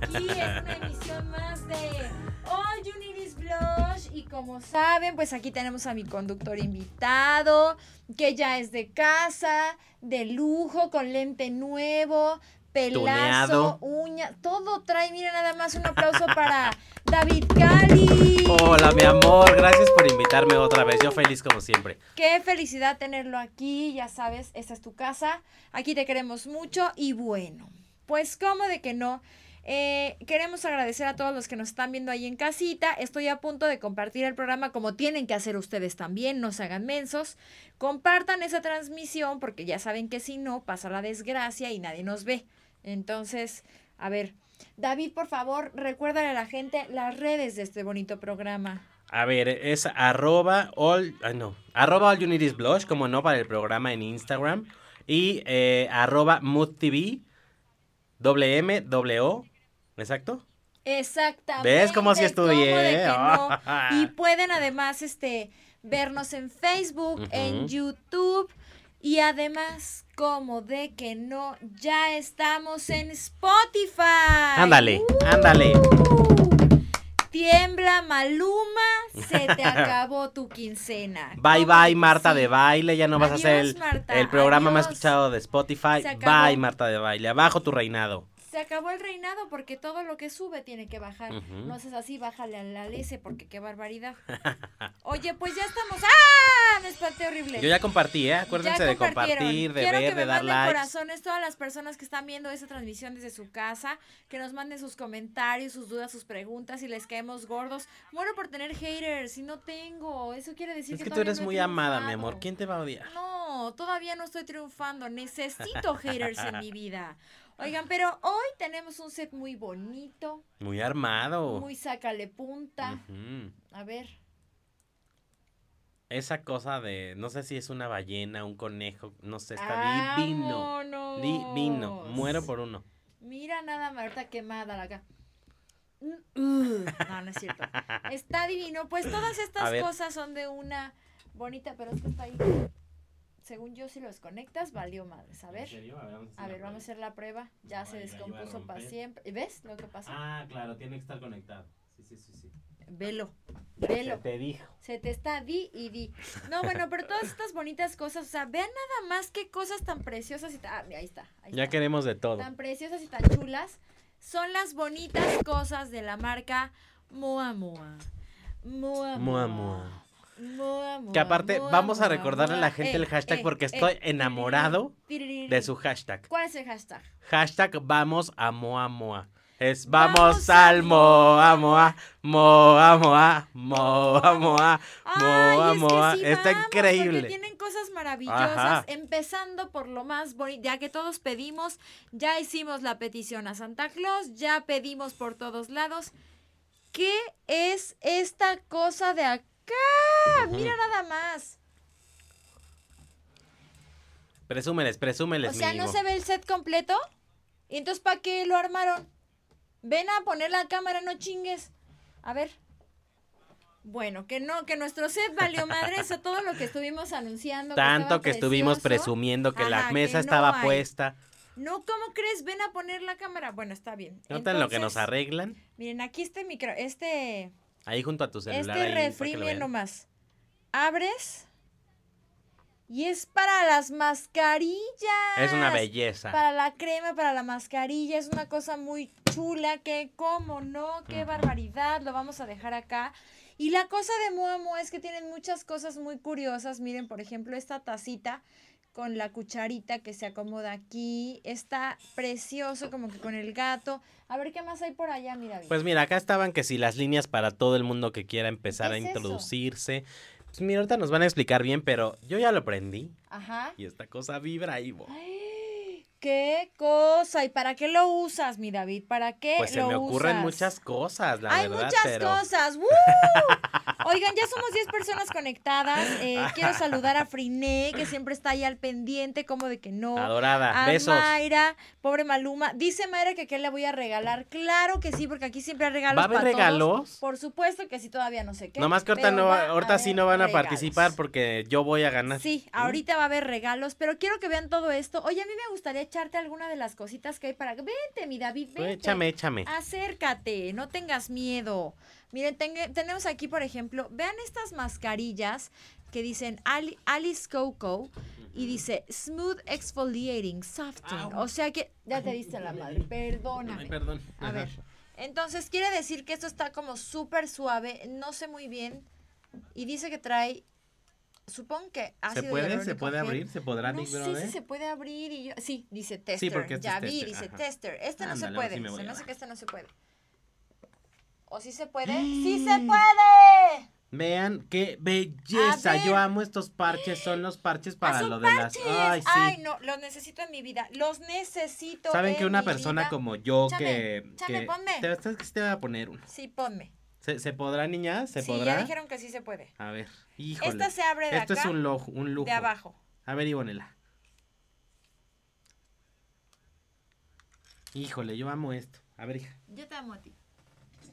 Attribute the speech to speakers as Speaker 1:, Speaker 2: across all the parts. Speaker 1: es una emisión más de All You Need Is Blush. Y como saben, pues aquí tenemos a mi conductor invitado, que ya es de casa, de lujo, con lente nuevo, pelazo,
Speaker 2: Tuneado.
Speaker 1: uña, todo trae. Mira, nada más un aplauso para David Cali.
Speaker 2: Hola, mi amor, gracias por invitarme otra vez. Yo feliz como siempre.
Speaker 1: Qué felicidad tenerlo aquí, ya sabes, esta es tu casa, aquí te queremos mucho y bueno, pues como de que no. Eh, queremos agradecer a todos los que nos están viendo ahí en casita. Estoy a punto de compartir el programa como tienen que hacer ustedes también, no se hagan mensos. Compartan esa transmisión porque ya saben que si no pasa la desgracia y nadie nos ve. Entonces, a ver, David, por favor, recuérdale a la gente las redes de este bonito programa.
Speaker 2: A ver, es arroba all, ah, no, arroba all you need is blush, como no, para el programa en Instagram. Y eh, arroba moodtv, doble M, doble O, exacto.
Speaker 1: Exactamente.
Speaker 2: ¿Ves cómo sí estudié?
Speaker 1: ¿cómo de que no? Y pueden además este vernos en Facebook, en
Speaker 2: Ujú.
Speaker 1: YouTube y además como de que no ya estamos en Spotify.
Speaker 2: Ándale,
Speaker 1: Uh,
Speaker 2: ándale.
Speaker 1: tiembla Maluma, se te acabó tu quincena.
Speaker 2: Bye
Speaker 1: ¿Cómo
Speaker 2: bye
Speaker 1: que
Speaker 2: Marta
Speaker 1: sí?
Speaker 2: de baile, ya no vas a
Speaker 1: Adiós,
Speaker 2: hacer el,
Speaker 1: Marta,
Speaker 2: el programa más
Speaker 1: adiós.
Speaker 2: escuchado de Spotify.
Speaker 1: Se acabó.
Speaker 2: Bye Marta de baile, abajo tu reinado.
Speaker 1: Se acabó el reinado porque todo lo que sube tiene que bajar.
Speaker 2: Ujú.
Speaker 1: No haces así, bájale a la lese porque qué barbaridad. Oye, pues ya estamos. ¡Ah! Me espanté horrible.
Speaker 2: Yo ya compartí, ¿eh? Acuérdense
Speaker 1: Ya
Speaker 2: de
Speaker 1: compartieron.
Speaker 2: compartir, de
Speaker 1: Quiero
Speaker 2: ver,
Speaker 1: que me
Speaker 2: de dar
Speaker 1: manden
Speaker 2: likes.
Speaker 1: corazones todas las personas que están viendo esta transmisión desde su casa, que nos manden sus comentarios, sus dudas, sus preguntas y les caemos gordos. Muero por tener haters y no tengo. Eso quiere decir
Speaker 2: Es
Speaker 1: que
Speaker 2: que tú
Speaker 1: todavía
Speaker 2: eres
Speaker 1: no he
Speaker 2: muy amada, mi
Speaker 1: triunfado.
Speaker 2: amor. ¿Quién te va a odiar?
Speaker 1: No, todavía no estoy triunfando. Necesito haters en mi vida. Oigan, pero hoy tenemos un set muy bonito,
Speaker 2: Muy armado.
Speaker 1: muy sácale punta.
Speaker 2: Oh. Ujú.
Speaker 1: A ver,
Speaker 2: Esa cosa de, no sé si es una ballena, un conejo, no sé, está divino.
Speaker 1: Vámonos.
Speaker 2: Divino. Muero por uno.
Speaker 1: Mira nada más, ahorita quemada la acá. Mm, No, no es cierto. Está divino. Pues todas
Speaker 2: A
Speaker 1: estas
Speaker 2: ver.
Speaker 1: cosas son de una bonita, pero es que está ahí. Según yo, si lo desconectas, valió madres. A ver, a ver, vamos a hacer la prueba. Ya se
Speaker 2: Ay, la iba a
Speaker 1: descompuso para
Speaker 2: romper.
Speaker 1: siempre. ¿Ves lo que pasó?
Speaker 2: Ah, claro, tiene que estar conectado. Sí, sí, sí, sí.
Speaker 1: Velo, velo.
Speaker 2: Te dijo.
Speaker 1: Se te está di y di. No, bueno, pero todas estas bonitas cosas, o sea, vean nada más qué cosas tan preciosas y tan... Ah, mira, ahí está. Ahí
Speaker 2: Ya
Speaker 1: está.
Speaker 2: queremos de todo.
Speaker 1: tan preciosas y tan chulas son las bonitas cosas de la marca Moa Moa. Moa
Speaker 2: Mua,
Speaker 1: Moa.
Speaker 2: mua.
Speaker 1: Moa, Moa,
Speaker 2: Que aparte,
Speaker 1: Moa,
Speaker 2: vamos a
Speaker 1: Moa,
Speaker 2: recordarle a
Speaker 1: Moa.
Speaker 2: la gente el
Speaker 1: Eh,
Speaker 2: hashtag
Speaker 1: eh,
Speaker 2: porque
Speaker 1: eh,
Speaker 2: estoy
Speaker 1: tiriri,
Speaker 2: enamorado
Speaker 1: tiriri.
Speaker 2: de su hashtag.
Speaker 1: ¿Cuál es el hashtag?
Speaker 2: Hashtag vamos a Moa Moa. Es
Speaker 1: Vamos
Speaker 2: vamos,
Speaker 1: a
Speaker 2: al Moa Moa, Moa Moa, Moa Moa, Moa
Speaker 1: Ay, es que
Speaker 2: Moa.
Speaker 1: sí,
Speaker 2: Está
Speaker 1: vamos, Porque
Speaker 2: increíble.
Speaker 1: tienen cosas maravillosas,
Speaker 2: Ajá.
Speaker 1: empezando por lo más bonito, ya que todos pedimos, ya hicimos la petición a Santa Claus, ya pedimos por todos lados. ¿Qué es esta cosa de acá? Mira nada más.
Speaker 2: Presúmeles, presúmeles,
Speaker 1: o sea,
Speaker 2: mi
Speaker 1: no
Speaker 2: Ivo.
Speaker 1: se ve el set completo. ¿Y entonces para qué lo armaron? Ven a poner la cámara, no chingues. A ver. Bueno, que no, que nuestro set valió madre eso, todo lo que estuvimos anunciando.
Speaker 2: Tanto
Speaker 1: estaba
Speaker 2: que estuvimos
Speaker 1: precioso.
Speaker 2: presumiendo que
Speaker 1: Ajá,
Speaker 2: la
Speaker 1: que
Speaker 2: mesa
Speaker 1: no
Speaker 2: estaba
Speaker 1: hay.
Speaker 2: puesta.
Speaker 1: No, ¿cómo crees? Ven a poner la cámara. Bueno, está bien.
Speaker 2: Notan lo que nos
Speaker 1: Entonces,
Speaker 2: arreglan.
Speaker 1: Miren, aquí este micro, este,
Speaker 2: Ahí junto a tu celular.
Speaker 1: este
Speaker 2: ahí, para que
Speaker 1: refri,
Speaker 2: lo
Speaker 1: miren
Speaker 2: vean.
Speaker 1: nomás. Abres. Y es para las mascarillas.
Speaker 2: Es una belleza.
Speaker 1: Para la crema, para la mascarilla, es una cosa muy chula, que cómo no, qué
Speaker 2: Ujú.
Speaker 1: barbaridad, lo vamos a dejar acá. Y la cosa de Moa Moa es que tienen muchas cosas muy curiosas, miren, por ejemplo, esta tacita con la cucharita que se acomoda aquí, está precioso como que con el gato. A ver qué más hay por allá, mira. Vic.
Speaker 2: Pues mira, acá estaban que si las líneas para todo el mundo que quiera empezar
Speaker 1: ¿Qué
Speaker 2: a
Speaker 1: es eso?
Speaker 2: introducirse. Pues mira, ahorita nos van a explicar bien, pero yo ya lo aprendí.
Speaker 1: Ajá.
Speaker 2: Y esta cosa vibra, Ivo.
Speaker 1: Ay, Qué cosa, ¿y para qué lo usas, mi David? ¿Para qué
Speaker 2: Pues se
Speaker 1: Eh, lo
Speaker 2: me ocurren
Speaker 1: usas?
Speaker 2: muchas cosas, la
Speaker 1: Hay
Speaker 2: verdad,
Speaker 1: muchas
Speaker 2: pero
Speaker 1: cosas. ¡Woo! Oigan, ya somos 10 personas conectadas. Eh, quiero saludar a Friné, que siempre está ahí al pendiente, como de que no.
Speaker 2: adorada,
Speaker 1: A
Speaker 2: besos.
Speaker 1: Mayra, pobre Maluma. Dice Mayra que qué le voy a regalar. Claro que sí, porque aquí siempre hay regalos.
Speaker 2: ¿Va a haber
Speaker 1: para todos.
Speaker 2: regalos?
Speaker 1: Por supuesto que sí, todavía no sé qué.
Speaker 2: Nomás que ahorita,
Speaker 1: pero
Speaker 2: no,
Speaker 1: va
Speaker 2: va-
Speaker 1: a
Speaker 2: ahorita sí
Speaker 1: haber
Speaker 2: no van a
Speaker 1: regalos.
Speaker 2: participar porque yo voy a ganar.
Speaker 1: Sí,
Speaker 2: ¿Mm?
Speaker 1: ahorita va a haber regalos, pero quiero que vean todo esto. Oye, a mí me gustaría echarte alguna de las cositas que hay para que. Vente, mi David,
Speaker 2: Tú
Speaker 1: vente.
Speaker 2: Pues Échame, échame.
Speaker 1: Acércate, no tengas miedo. Miren, tengue- tenemos aquí, por ejemplo, vean estas mascarillas que dicen Ali- Alice Coco y dice Smooth Exfoliating Soften.
Speaker 2: Au.
Speaker 1: O sea que ya te diste la madre, perdóname.
Speaker 2: Ay, Ah, perdón.
Speaker 1: A
Speaker 2: Ajá.
Speaker 1: ver, entonces quiere decir que esto está como súper suave, no sé muy bien. Y dice que trae, supongo que
Speaker 2: ¿Se
Speaker 1: ácido
Speaker 2: puede? ¿Se
Speaker 1: hialurónico
Speaker 2: puede
Speaker 1: gel.
Speaker 2: abrir? ¿Se podrá,
Speaker 1: No
Speaker 2: Big
Speaker 1: sé
Speaker 2: Brother?
Speaker 1: si se puede abrir y yo, sí, dice tester,
Speaker 2: porque este
Speaker 1: ya
Speaker 2: es
Speaker 1: vi,
Speaker 2: tester,
Speaker 1: dice
Speaker 2: ajá.
Speaker 1: tester, este no se
Speaker 2: Ándale, ahora
Speaker 1: puede,
Speaker 2: sí me voy
Speaker 1: se
Speaker 2: a
Speaker 1: me hace
Speaker 2: bajar.
Speaker 1: que este no se puede. ¿O sí se puede? ¡Sí se puede!
Speaker 2: Vean qué belleza.
Speaker 1: ver.
Speaker 2: Yo amo estos parches. Son los parches para
Speaker 1: ¡Ah, son
Speaker 2: lo de las.
Speaker 1: parches!
Speaker 2: Ay, sí.
Speaker 1: no, los necesito en mi vida, los necesito
Speaker 2: Saben
Speaker 1: en
Speaker 2: que una
Speaker 1: mi
Speaker 2: persona
Speaker 1: vida?
Speaker 2: como yo
Speaker 1: Chame,
Speaker 2: que.
Speaker 1: chame,
Speaker 2: que-
Speaker 1: ponme.
Speaker 2: Te, te- te voy a poner uno.
Speaker 1: Sí, ponme.
Speaker 2: ¿Se, se podrá, niña? ¿Se
Speaker 1: sí,
Speaker 2: podrá?
Speaker 1: ya dijeron que sí se puede.
Speaker 2: A ver. Híjole.
Speaker 1: Esta se abre de
Speaker 2: Esto
Speaker 1: acá,
Speaker 2: es un, lujo, un lujo.
Speaker 1: de abajo.
Speaker 2: A ver, Ivonela. Híjole, yo amo esto. A ver, hija.
Speaker 1: Yo te amo a ti.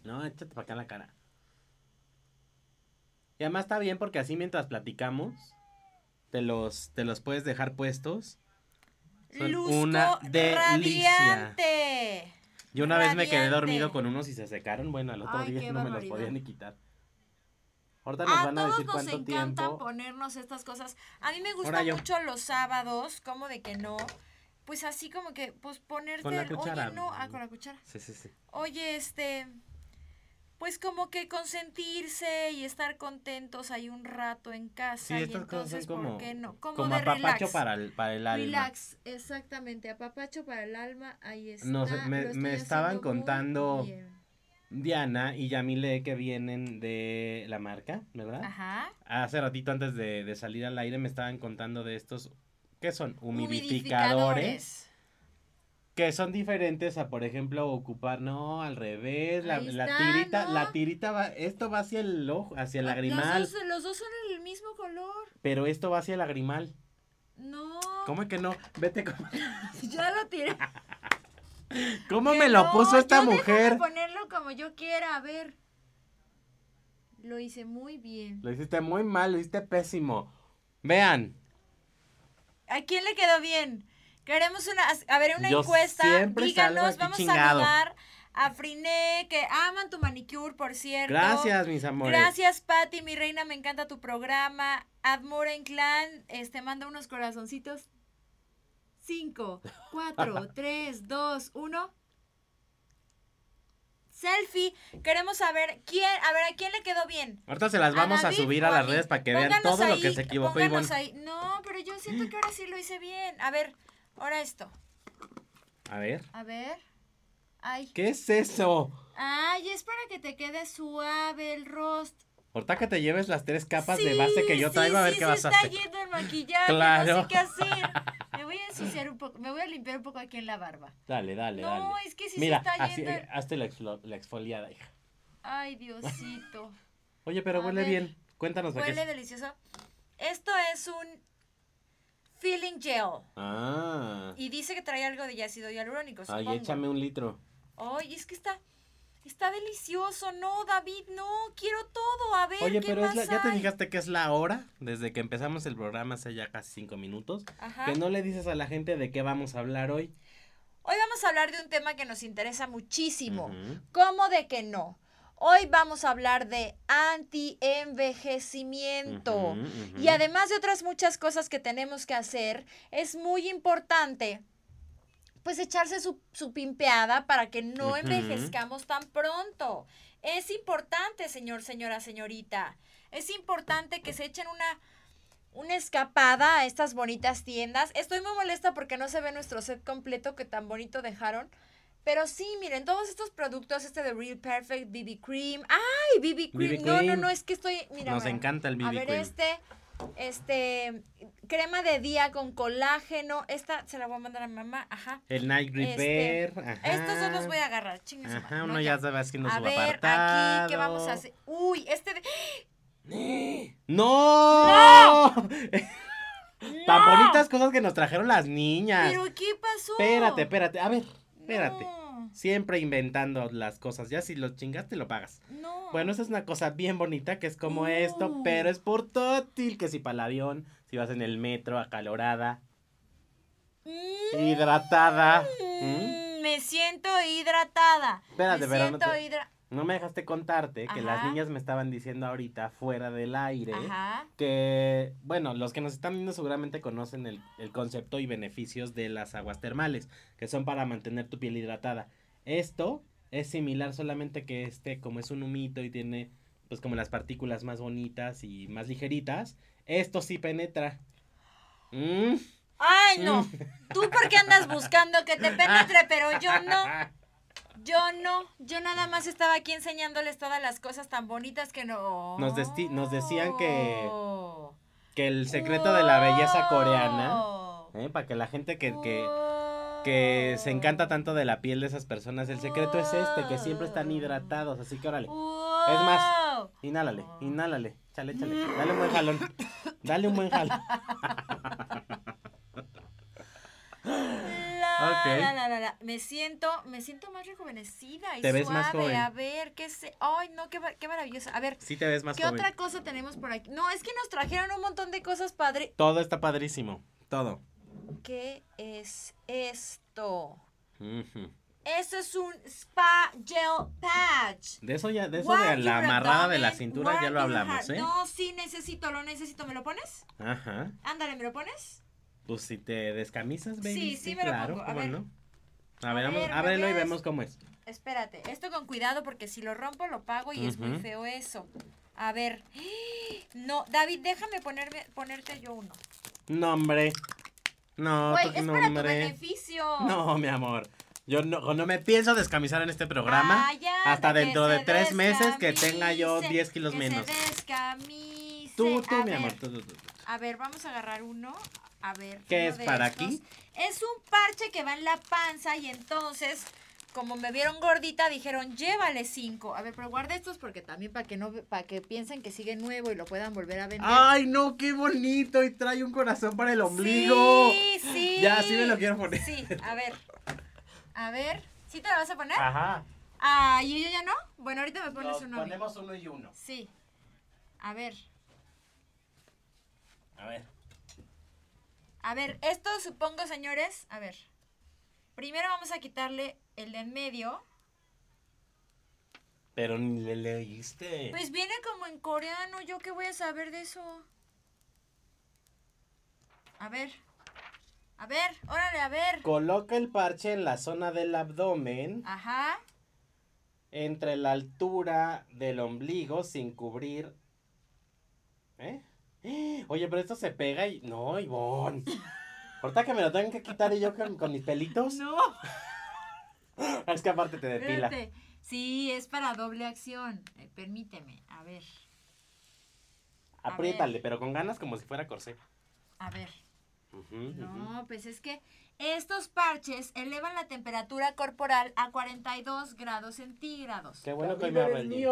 Speaker 2: No, échate para acá la cara. Y además está bien porque así mientras platicamos, te los, te los puedes dejar puestos. Son
Speaker 1: Luzco
Speaker 2: una delicia.
Speaker 1: radiante.
Speaker 2: Yo una vez me quedé
Speaker 1: Radiante.
Speaker 2: dormido con unos y se secaron. Bueno, al otro
Speaker 1: Ay,
Speaker 2: día
Speaker 1: qué
Speaker 2: no me los
Speaker 1: barbaridad.
Speaker 2: podían ni quitar. Ahorita nos
Speaker 1: A
Speaker 2: van a
Speaker 1: todos
Speaker 2: decir
Speaker 1: nos
Speaker 2: cuánto
Speaker 1: encanta
Speaker 2: tiempo.
Speaker 1: ponernos estas cosas. A mí me
Speaker 2: Ahora
Speaker 1: gustan
Speaker 2: yo.
Speaker 1: mucho los sábados, como de que no. Pues así como que, pues ponerte.
Speaker 2: Con la
Speaker 1: el-
Speaker 2: cuchara.
Speaker 1: Oye, no, ah, con la cuchara.
Speaker 2: Sí, sí, sí.
Speaker 1: Oye, este. Pues como que consentirse y estar contentos ahí un rato en
Speaker 2: Sí,
Speaker 1: casa. y
Speaker 2: estas cosas son
Speaker 1: entonces,
Speaker 2: como,
Speaker 1: ¿por qué no? Como,
Speaker 2: como
Speaker 1: de
Speaker 2: apapacho
Speaker 1: relax.
Speaker 2: para el, para el alma.
Speaker 1: Relax, exactamente. Apapacho para el alma, ahí está.
Speaker 2: No sé, me-
Speaker 1: lo estoy
Speaker 2: me estaban
Speaker 1: haciendo muy
Speaker 2: contando-
Speaker 1: bien.
Speaker 2: Diana y Yamile que vienen de la marca, ¿verdad?
Speaker 1: Ajá.
Speaker 2: Hace ratito antes de, de salir al aire me estaban contando de estos, ¿qué son? Humidificadores.
Speaker 1: Humidificadores.
Speaker 2: Que son diferentes a, por ejemplo, ocupar, no, al revés, la,
Speaker 1: Ahí
Speaker 2: la
Speaker 1: está,
Speaker 2: tirita,
Speaker 1: ¿no?
Speaker 2: la tirita va, esto va hacia el ojo, hacia el
Speaker 1: Ah,
Speaker 2: lagrimal,
Speaker 1: Los dos, los dos son el mismo color.
Speaker 2: pero esto va hacia el lagrimal.
Speaker 1: No.
Speaker 2: ¿Cómo que no? Vete, con-
Speaker 1: Ya lo tiré.
Speaker 2: ¿cómo
Speaker 1: Que
Speaker 2: me lo
Speaker 1: no,
Speaker 2: puso esta
Speaker 1: yo
Speaker 2: mujer?
Speaker 1: Déjame ponerlo como yo quiera, a ver. Lo hice muy bien.
Speaker 2: Lo hiciste muy mal, lo hiciste pésimo. Vean,
Speaker 1: ¿A quién le quedó bien? Queremos una, a ver, una
Speaker 2: Yo
Speaker 1: encuesta.
Speaker 2: siempre salgo
Speaker 1: Díganos,
Speaker 2: aquí
Speaker 1: vamos
Speaker 2: chingado.
Speaker 1: a dar a Friné, que aman tu manicure, por cierto.
Speaker 2: gracias, mis amores.
Speaker 1: Gracias, Patti, mi reina, me encanta tu programa. Admoren Clan, este, manda unos corazoncitos. Cinco, cuatro, tres, dos, uno. Selfie, queremos saber quién, a ver, ¿a quién le quedó bien?
Speaker 2: Ahorita se las vamos a,
Speaker 1: David
Speaker 2: subir
Speaker 1: o
Speaker 2: a las
Speaker 1: mí?
Speaker 2: redes para que vean
Speaker 1: Pónganos
Speaker 2: todo lo
Speaker 1: ahí,
Speaker 2: que se equivocó
Speaker 1: pónganos
Speaker 2: Ivonne.
Speaker 1: ahí. No, pero yo siento que ahora sí lo hice bien. A ver, ahora esto.
Speaker 2: A ver.
Speaker 1: A ver. Ay.
Speaker 2: ¿Qué es eso?
Speaker 1: Ay, es para que te quede suave el rostro.
Speaker 2: Ahorita que te lleves las tres capas de
Speaker 1: Sí,
Speaker 2: base que yo
Speaker 1: sí,
Speaker 2: traigo, a ver
Speaker 1: sí,
Speaker 2: qué
Speaker 1: se
Speaker 2: vas a
Speaker 1: está
Speaker 2: hacer.
Speaker 1: yendo el maquillaje, no
Speaker 2: Claro.
Speaker 1: sé qué hacer. Me voy a ensuciar un poco, me voy a limpiar un poco aquí en la barba.
Speaker 2: Dale, dale, dale.
Speaker 1: No, es que sí
Speaker 2: Mira,
Speaker 1: se está
Speaker 2: así, eh,
Speaker 1: yendo. el-
Speaker 2: hazte la, exfo- la exfoliada, hija.
Speaker 1: Ay, Diosito.
Speaker 2: Oye, pero
Speaker 1: A
Speaker 2: huele
Speaker 1: ver.
Speaker 2: bien. Cuéntanos de qué
Speaker 1: Huele
Speaker 2: es.
Speaker 1: delicioso. Esto es un feeling gel.
Speaker 2: Ah.
Speaker 1: Y dice que trae algo de ácido hialurónico,
Speaker 2: Ay,
Speaker 1: supongo.
Speaker 2: échame un litro.
Speaker 1: Ay, es que está... Está delicioso, no, David, no, quiero todo, a ver,
Speaker 2: Oye,
Speaker 1: ¿qué
Speaker 2: pero es la-
Speaker 1: más
Speaker 2: ya te
Speaker 1: hay?
Speaker 2: fijaste que es la hora, desde que empezamos el programa hace ya casi cinco minutos,
Speaker 1: Ajá.
Speaker 2: que no le dices a la gente de qué vamos a hablar hoy.
Speaker 1: Hoy vamos a hablar de un tema que nos interesa muchísimo.
Speaker 2: Ujú.
Speaker 1: ¿Cómo de que no? Hoy vamos a hablar de anti-envejecimiento.
Speaker 2: Ujú, ujú.
Speaker 1: Y además de otras muchas cosas que tenemos que hacer, es muy importante pues echarse su, su pimpeada para que no
Speaker 2: Ujú.
Speaker 1: envejezcamos tan pronto. Es importante, señor, señora, señorita. Es importante que se echen una, una escapada a estas bonitas tiendas. Estoy muy molesta porque no se ve nuestro set completo que tan bonito dejaron. Pero sí, miren, todos estos productos, este de Real Perfect, BB Cream. ¡Ay, BB Cream!
Speaker 2: BB
Speaker 1: No, no,
Speaker 2: cream.
Speaker 1: no, es que estoy... Mira,
Speaker 2: Nos
Speaker 1: mira.
Speaker 2: encanta el BB
Speaker 1: A ver,
Speaker 2: cream.
Speaker 1: este, este, crema de día con colágeno. Esta se la voy a mandar a mi mamá. Ajá.
Speaker 2: El Night
Speaker 1: Este,
Speaker 2: Repair. ajá.
Speaker 1: Estos dos los voy a agarrar. Chingue su madre,
Speaker 2: Ah. Ajá,
Speaker 1: ¿no?
Speaker 2: uno ya sabes que nos
Speaker 1: A
Speaker 2: va
Speaker 1: ver,
Speaker 2: apartado.
Speaker 1: aquí, ¿qué vamos a hacer? Uy, este de...
Speaker 2: ¡No! Tan
Speaker 1: ¡No!
Speaker 2: bonitas cosas que nos trajeron las niñas.
Speaker 1: ¿Pero qué pasó?
Speaker 2: Espérate, espérate. A ver, espérate.
Speaker 1: No,
Speaker 2: Siempre inventando las cosas. Ya si lo chingaste, lo pagas.
Speaker 1: no.
Speaker 2: Bueno, esa es una cosa bien bonita que es como
Speaker 1: Uh.
Speaker 2: esto, pero es portátil. Que si para el avión, si vas en el metro, acalorada. Hidratada. ¿Mm?
Speaker 1: Mm, Me siento hidratada.
Speaker 2: Espérate,
Speaker 1: me
Speaker 2: pero no
Speaker 1: siento
Speaker 2: te-
Speaker 1: hidra-
Speaker 2: No me dejaste contarte que las
Speaker 1: Ajá.
Speaker 2: niñas me estaban diciendo ahorita fuera del aire
Speaker 1: Ajá.
Speaker 2: que, bueno, los que nos están viendo seguramente conocen el, el concepto y beneficios de las aguas termales, que son para mantener tu piel hidratada. Esto es similar solamente que este, como es un humito y tiene, pues como las partículas más bonitas y más ligeritas, esto sí penetra. Mm.
Speaker 1: Ay, no. Tú porque andas buscando que te penetre, pero yo no. Yo no, yo nada más estaba aquí enseñándoles todas las cosas tan bonitas que no. Oh.
Speaker 2: Nos desti- nos decían que- Que el secreto de la belleza coreana,
Speaker 1: Oh.
Speaker 2: ¿eh? para que la gente que- que, que se encanta tanto de la piel de esas personas. El secreto es este, que siempre están hidratados, así que órale.
Speaker 1: Oh.
Speaker 2: Es más, Inhálale, inhálale, chale, chale. Dale un buen jalón. Dale un buen jalón.
Speaker 1: La,
Speaker 2: Ok.
Speaker 1: la, la, la, la. Me siento, me siento más rejuvenecida y
Speaker 2: Te ves
Speaker 1: suave.
Speaker 2: más joven.
Speaker 1: A ver, qué sé. Ay, no, qué, va- qué maravilloso. A ver,
Speaker 2: Sí te ves más
Speaker 1: ¿qué
Speaker 2: joven.
Speaker 1: otra cosa tenemos por aquí? No, es que nos trajeron un montón de cosas padre.
Speaker 2: Todo está padrísimo, todo.
Speaker 1: ¿Qué es esto?
Speaker 2: Ujú.
Speaker 1: Esto es un spa gel patch.
Speaker 2: De eso ya, de eso
Speaker 1: Why
Speaker 2: de
Speaker 1: you're
Speaker 2: la
Speaker 1: a
Speaker 2: amarrada de la
Speaker 1: diamond, why
Speaker 2: cintura ya
Speaker 1: you're
Speaker 2: lo hablamos,
Speaker 1: hard.
Speaker 2: ¿eh?
Speaker 1: No, sí, necesito, lo necesito. ¿Me lo pones?
Speaker 2: Ajá.
Speaker 1: Ándale, ¿me lo pones?
Speaker 2: Pues si te descamisas, baby.
Speaker 1: Sí, sí me lo
Speaker 2: claro,
Speaker 1: pongo, a
Speaker 2: ¿cómo
Speaker 1: ver.
Speaker 2: no? A
Speaker 1: A
Speaker 2: ver, vamos,
Speaker 1: ver, ¿me
Speaker 2: ábrelo y
Speaker 1: ves?
Speaker 2: vemos cómo es.
Speaker 1: Espérate, esto con cuidado porque si lo rompo lo pago y es muy
Speaker 2: Ujú.
Speaker 1: feo eso. A ver. No, David, déjame ponerme, ponerte yo uno.
Speaker 2: Nombre. No,
Speaker 1: Güey,
Speaker 2: tú-
Speaker 1: es para tu
Speaker 2: nombre.
Speaker 1: beneficio.
Speaker 2: No, mi amor. Yo no, no me pienso descamisar en este programa.
Speaker 1: Cállate,
Speaker 2: hasta
Speaker 1: que
Speaker 2: dentro
Speaker 1: se
Speaker 2: de tres meses que tenga yo
Speaker 1: descamice,
Speaker 2: 10 kilos
Speaker 1: que
Speaker 2: menos.
Speaker 1: Se descamice.
Speaker 2: Tú, tú,
Speaker 1: A
Speaker 2: mi
Speaker 1: ver,
Speaker 2: amor. tú, tú, tú, tú.
Speaker 1: A ver, vamos a agarrar uno. A ver.
Speaker 2: ¿Qué
Speaker 1: uno
Speaker 2: es
Speaker 1: de
Speaker 2: para
Speaker 1: estos.
Speaker 2: aquí?
Speaker 1: Es un parche que va en la panza y entonces, como me vieron gordita, dijeron, llévale cinco. A ver, pero guarda estos porque también para que no, para que piensen que sigue nuevo y lo puedan volver a vender.
Speaker 2: Ay, no, qué bonito. Y trae un corazón para el ombligo.
Speaker 1: Sí, sí.
Speaker 2: Ya, sí me lo quiero poner.
Speaker 1: Sí, a ver. A ver. ¿Sí te lo vas a poner?
Speaker 2: Ajá.
Speaker 1: Ah, ¿y yo ya no? Bueno, ahorita me pones uno. a mí.
Speaker 2: ponemos uno y uno.
Speaker 1: Sí. A ver.
Speaker 2: A ver.
Speaker 1: A ver, esto supongo, señores. A ver. Primero vamos a quitarle el de en medio.
Speaker 2: Pero ni le leíste.
Speaker 1: Pues viene como en coreano, yo qué voy a saber de eso. A ver. A ver, órale, a ver.
Speaker 2: Coloca el parche en la zona del abdomen,
Speaker 1: Ajá.
Speaker 2: entre la altura del ombligo, sin cubrir. ¿Eh? Oye, pero esto se pega y. No, Ivonne. Ahorita que me lo tengan que quitar y yo con, con mis pelitos.
Speaker 1: No,
Speaker 2: Es que aparte te depila.
Speaker 1: espérate. Sí, es para doble acción. Eh, permíteme. A ver. ver.
Speaker 2: Apriétale, pero con ganas como si fuera corsé.
Speaker 1: A ver.
Speaker 2: Ujú, ujú.
Speaker 1: No, pues es que estos parches elevan la temperatura corporal a 42 grados centígrados.
Speaker 2: Qué bueno que me aprendí.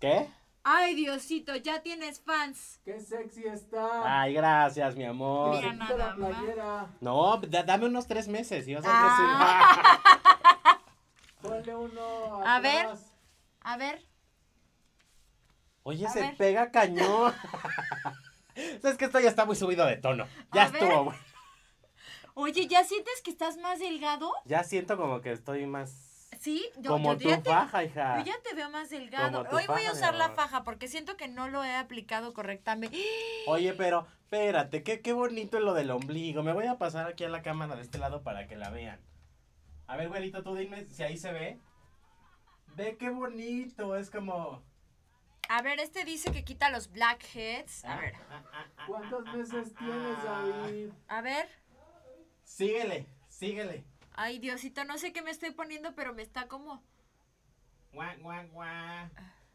Speaker 2: ¿Qué?
Speaker 1: Ay, Diosito, ya tienes fans.
Speaker 3: ¡Qué sexy está!
Speaker 2: Ay, gracias, mi amor.
Speaker 1: Mira,
Speaker 3: Quita
Speaker 1: nada
Speaker 3: la
Speaker 1: más.
Speaker 3: playera!
Speaker 2: No, da- dame unos tres meses y vas a ver que sí.
Speaker 1: Ah.
Speaker 3: Ponle uno
Speaker 1: A ver.
Speaker 3: atrás.
Speaker 1: A ver.
Speaker 2: Oye,
Speaker 1: A
Speaker 2: se
Speaker 1: ver.
Speaker 2: pega cañón. Sabes que esto ya está muy subido de tono. Ya
Speaker 1: A ver.
Speaker 2: estuvo. bueno.
Speaker 1: Oye, ¿ya sientes que estás más delgado?
Speaker 2: Ya siento como que estoy más.
Speaker 1: Sí, yo,
Speaker 2: como
Speaker 1: yo
Speaker 2: tu
Speaker 1: ya te,
Speaker 2: faja, hija.
Speaker 1: yo ya te veo más delgado.
Speaker 2: Como tu
Speaker 1: Hoy voy a
Speaker 2: faja, mi
Speaker 1: usar la
Speaker 2: amor.
Speaker 1: faja porque siento que no lo he aplicado correctamente.
Speaker 2: Oye, pero espérate, qué, qué bonito lo del ombligo. Me voy a pasar aquí a la cámara de este lado para que la vean. A ver, güerito, tú dime si ahí se ve. Ve qué bonito, es como.
Speaker 1: A ver, este dice que quita los blackheads. A ver,
Speaker 3: ¿Cuántos meses tienes, David?
Speaker 1: a ver.
Speaker 2: Síguele, síguele.
Speaker 1: Ay, Diosito, no sé qué me estoy poniendo, pero me está como...
Speaker 2: Guau, guau, guau.
Speaker 1: Ah.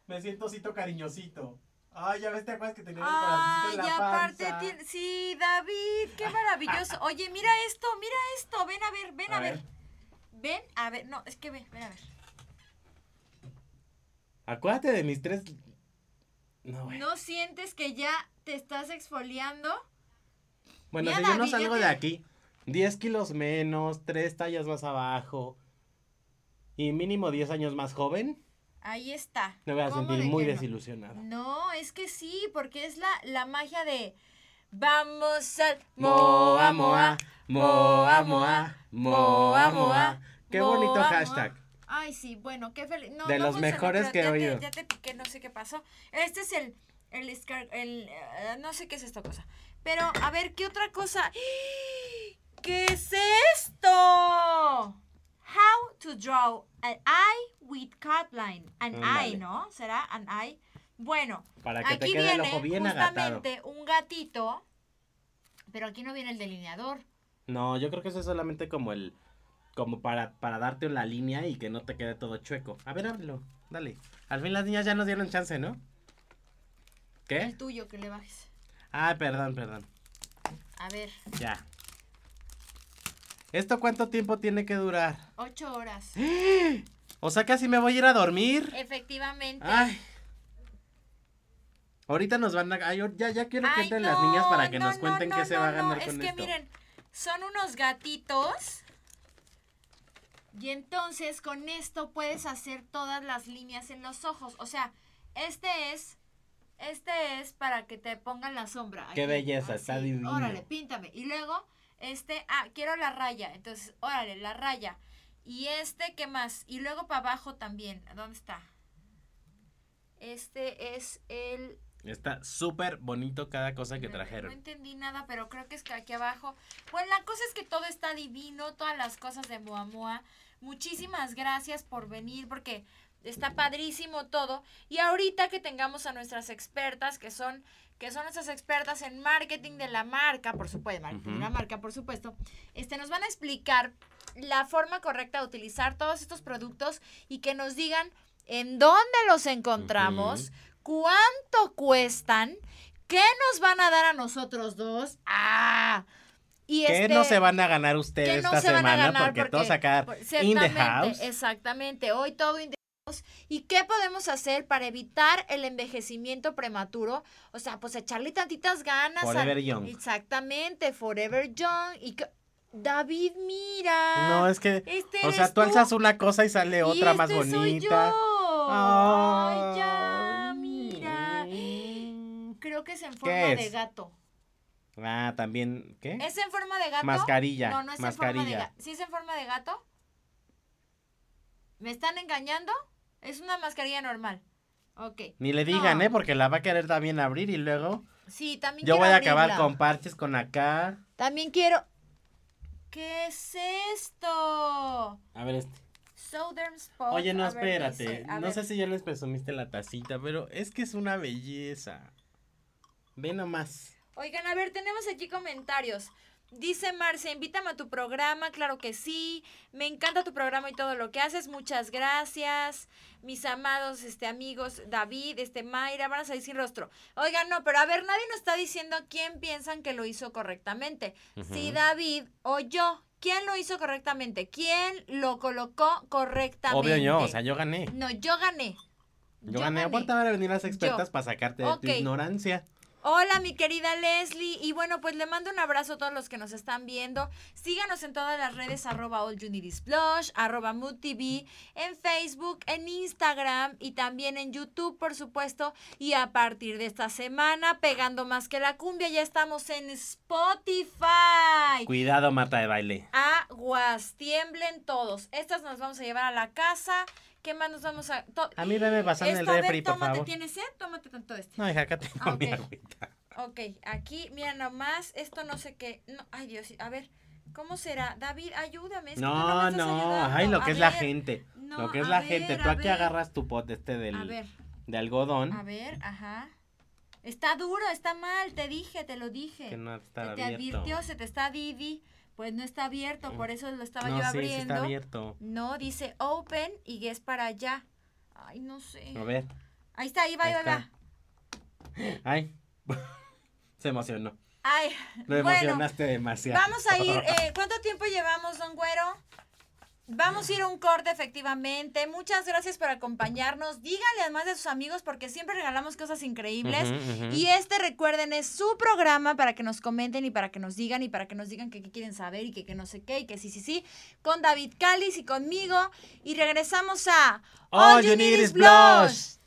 Speaker 2: Me siento osito cariñosito. Ay, ya ves, te acuerdas que tenía el
Speaker 1: Ay,
Speaker 2: corazoncito en la
Speaker 1: Ah, aparte
Speaker 2: panza?
Speaker 1: tiene... Sí, David, qué maravilloso. Oye, mira esto, mira esto. Ven a ver, ven a,
Speaker 2: A
Speaker 1: ver.
Speaker 2: ver.
Speaker 1: Ven a ver. No, es que ven, ven a ver.
Speaker 2: Acuérdate de mis tres. No, güey.
Speaker 1: ¿No sientes que ya te estás exfoliando?
Speaker 2: bueno,
Speaker 1: mira,
Speaker 2: si yo no
Speaker 1: David, ya
Speaker 2: salgo
Speaker 1: te-
Speaker 2: de aquí, 10 kilos menos, 3 tallas más abajo y mínimo 10 años más joven,
Speaker 1: Ahí está.
Speaker 2: me voy a
Speaker 1: ¿Cómo
Speaker 2: sentir
Speaker 1: de
Speaker 2: muy
Speaker 1: que no?
Speaker 2: desilusionado.
Speaker 1: No, es que sí, porque es la, la magia de Vamos al
Speaker 2: Moa, moa, moa, moa, moa, moa. Qué
Speaker 1: Moa,
Speaker 2: bonito
Speaker 1: moa.
Speaker 2: hashtag.
Speaker 1: Ay, sí, bueno, qué feliz. No,
Speaker 2: De
Speaker 1: no
Speaker 2: los
Speaker 1: funcionó,
Speaker 2: mejores
Speaker 1: pero
Speaker 2: que he
Speaker 1: ya te-
Speaker 2: oído.
Speaker 1: ya te piqué, no sé qué pasó. Este es el. El. escar- el, eh, no sé qué es esta cosa. Pero, a ver, ¿qué otra cosa? ¿Qué es esto? How to draw an eye with cutline. An
Speaker 2: Ándale.
Speaker 1: eye, ¿no? ¿Será an eye? Bueno,
Speaker 2: Para que te
Speaker 1: aquí
Speaker 2: quede el
Speaker 1: viene
Speaker 2: ojo bien agatado.
Speaker 1: justamente un gatito. Pero aquí no viene el delineador.
Speaker 2: No, yo creo que eso es solamente como el. Como para, para darte la línea y que no te quede todo chueco. A ver, ábrelo. Dale. Al fin las niñas ya nos dieron chance, ¿no? ¿Qué?
Speaker 1: El tuyo que le bajes.
Speaker 2: Ah, perdón, perdón.
Speaker 1: A ver,
Speaker 2: Ya. ¿Esto cuánto tiempo tiene que durar?
Speaker 1: ocho horas.
Speaker 2: O sea, casi me voy a ir a dormir.
Speaker 1: Efectivamente.
Speaker 2: Ay. Ahorita nos van a. ay, ya, ya quiero que
Speaker 1: Ay,
Speaker 2: entren las niñas para que
Speaker 1: no,
Speaker 2: nos
Speaker 1: no,
Speaker 2: cuenten
Speaker 1: no,
Speaker 2: qué se
Speaker 1: no,
Speaker 2: va a
Speaker 1: no,
Speaker 2: ganar
Speaker 1: es
Speaker 2: con
Speaker 1: que
Speaker 2: esto.
Speaker 1: miren, son unos gatitos. Y entonces con esto puedes hacer todas las líneas en los ojos. O sea, este es. Este es para que te pongan la sombra.
Speaker 2: Qué belleza, está divino.
Speaker 1: Órale, píntame. Y luego, este. Ah, quiero la raya. Entonces, órale, la raya. Y este, ¿qué más? Y luego para abajo también. ¿Dónde está? Este es el
Speaker 2: Está súper bonito cada cosa que
Speaker 1: no, No
Speaker 2: trajeron.
Speaker 1: entendí nada, pero creo que es que aquí abajo. Bueno, la cosa es que todo está divino, todas las cosas de Moa Moa. Muchísimas gracias por venir, porque está padrísimo todo. Y ahorita que tengamos a nuestras expertas, que son que son nuestras expertas en marketing de la marca, por supuesto, marketing de la
Speaker 2: Ujú.
Speaker 1: marca, por supuesto, este, nos van a explicar la forma correcta de utilizar todos estos productos y que nos digan en dónde los encontramos, cuánto cuestan, qué nos van a dar a nosotros dos. ¡Ah! Y
Speaker 2: ¿Qué
Speaker 1: este,
Speaker 2: no se van a ganar ustedes
Speaker 1: que no
Speaker 2: esta
Speaker 1: se van a
Speaker 2: semana?
Speaker 1: ganar
Speaker 2: porque, todos acá
Speaker 1: por-
Speaker 2: in the
Speaker 1: exactamente,
Speaker 2: house.
Speaker 1: Exactamente, hoy todo in the house. ¿Y qué podemos hacer para evitar el envejecimiento prematuro? O sea, pues echarle tantitas ganas. al-
Speaker 2: Forever Young.
Speaker 1: Exactamente, Forever Young. Y que- David, mira.
Speaker 2: No, es que.
Speaker 1: Este
Speaker 2: O sea,
Speaker 1: eres
Speaker 2: tú alzas una cosa y sale
Speaker 1: y
Speaker 2: otra más
Speaker 1: este Soy yo.
Speaker 2: bonita.
Speaker 1: Ay, ya, mira.
Speaker 2: Mm.
Speaker 1: Creo que es en forma de
Speaker 2: es?
Speaker 1: gato.
Speaker 2: Ah, también. ¿Qué?
Speaker 1: ¿Es en forma de gato?
Speaker 2: Mascarilla.
Speaker 1: No, no es en forma de
Speaker 2: mascarilla.
Speaker 1: gato. ¿Sí es en forma de gato? ¿Me están engañando? Es una mascarilla normal. Ok.
Speaker 2: Ni le digan,
Speaker 1: No.
Speaker 2: ¿eh? Porque la va a querer también abrir y luego.
Speaker 1: Sí, también
Speaker 2: Yo
Speaker 1: quiero
Speaker 2: voy a acabar
Speaker 1: abrirla.
Speaker 2: con parches con acá.
Speaker 1: También quiero... ¿Qué es esto?
Speaker 2: A ver, este.
Speaker 1: Southern Spot.
Speaker 2: Oye, no,
Speaker 1: A ver,
Speaker 2: espérate.
Speaker 1: dice- a
Speaker 2: No
Speaker 1: ver.
Speaker 2: sé si ya les presumiste la tacita, pero es que es una belleza. Ve nomás.
Speaker 1: Oigan, a ver, tenemos aquí comentarios. Dice Marce, invítame a tu programa, claro que sí. Me encanta tu programa y todo lo que haces. Muchas gracias. Mis amados este amigos David, este Mayra, van a salir sin rostro. Oigan, no, pero a ver, nadie nos está diciendo quién piensan que lo hizo correctamente. Si
Speaker 2: Ujú.
Speaker 1: David o yo, ¿quién lo hizo correctamente? ¿Quién lo colocó correctamente?
Speaker 2: Obvio yo, o sea, yo gané.
Speaker 1: No, yo gané.
Speaker 2: Yo, gané. ¿Cuánto van a venir las expertas
Speaker 1: Yo.
Speaker 2: para sacarte de
Speaker 1: Ok.
Speaker 2: tu ignorancia?
Speaker 1: Hola, mi querida Leslie. Y bueno, pues le mando un abrazo a todos los que nos están viendo. Síganos en todas las redes, arroba All You Need Is Blush, arroba Mood TV, en Facebook, en Instagram y también en YouTube, por supuesto. Y a partir de esta semana, pegando más que la cumbia, ya estamos en Spotify.
Speaker 2: Cuidado, mata de baile.
Speaker 1: Aguas, tiemblen todos. Estas nos vamos a llevar a la casa. ¿Qué más nos vamos a...? to-
Speaker 2: A mí me pasan el
Speaker 1: Esto, a ver,
Speaker 2: refri, por
Speaker 1: tómate,
Speaker 2: favor.
Speaker 1: ¿Tienes sed? Tómate tanto este.
Speaker 2: No, hija, acá tengo
Speaker 1: Ah,
Speaker 2: mi
Speaker 1: ok.
Speaker 2: agüita.
Speaker 1: Ok, aquí, mira nomás, esto no sé qué. No, ay, Dios, a ver, ¿cómo será? David, ayúdame. es que tú me
Speaker 2: No,
Speaker 1: estás
Speaker 2: no,
Speaker 1: ayudando.
Speaker 2: ay, lo
Speaker 1: A
Speaker 2: que es la
Speaker 1: ver,
Speaker 2: gente.
Speaker 1: no,
Speaker 2: lo que es
Speaker 1: a
Speaker 2: la
Speaker 1: ver,
Speaker 2: gente. Tú
Speaker 1: a
Speaker 2: aquí
Speaker 1: ver.
Speaker 2: agarras tu pote este
Speaker 1: A
Speaker 2: del, ¿Mm?
Speaker 1: ver,
Speaker 2: de algodón.
Speaker 1: a ver, ajá. Está duro, está mal, te dije, te lo dije.
Speaker 2: Que no está
Speaker 1: se te
Speaker 2: abierto. Mm.
Speaker 1: advirtió, se te está Didi. Pues no está abierto, por eso lo estaba
Speaker 2: no,
Speaker 1: yo
Speaker 2: sí,
Speaker 1: abriendo.
Speaker 2: sí está abierto.
Speaker 1: No, dice open y es para allá. Ay, no sé.
Speaker 2: A ver.
Speaker 1: Ahí está, ahí va, ahí
Speaker 2: ahí
Speaker 1: va.
Speaker 2: está.
Speaker 1: ahí va.
Speaker 2: Ay. Se emocionó.
Speaker 1: Ay,
Speaker 2: Lo
Speaker 1: bueno,
Speaker 2: emocionaste demasiado.
Speaker 1: Vamos a ir, eh, ¿cuánto tiempo llevamos, don Güero? Vamos a ir a un corte, efectivamente. Muchas gracias por acompañarnos. Díganle además de sus amigos porque siempre regalamos cosas increíbles.
Speaker 2: Ujú, ujú.
Speaker 1: Y este, recuerden, es su programa para que nos comenten y para que nos digan y para que nos digan que qué quieren saber y que, que no sé qué y que sí, sí, sí. Con David Cáliz y conmigo. Y regresamos a
Speaker 2: All you need is blush.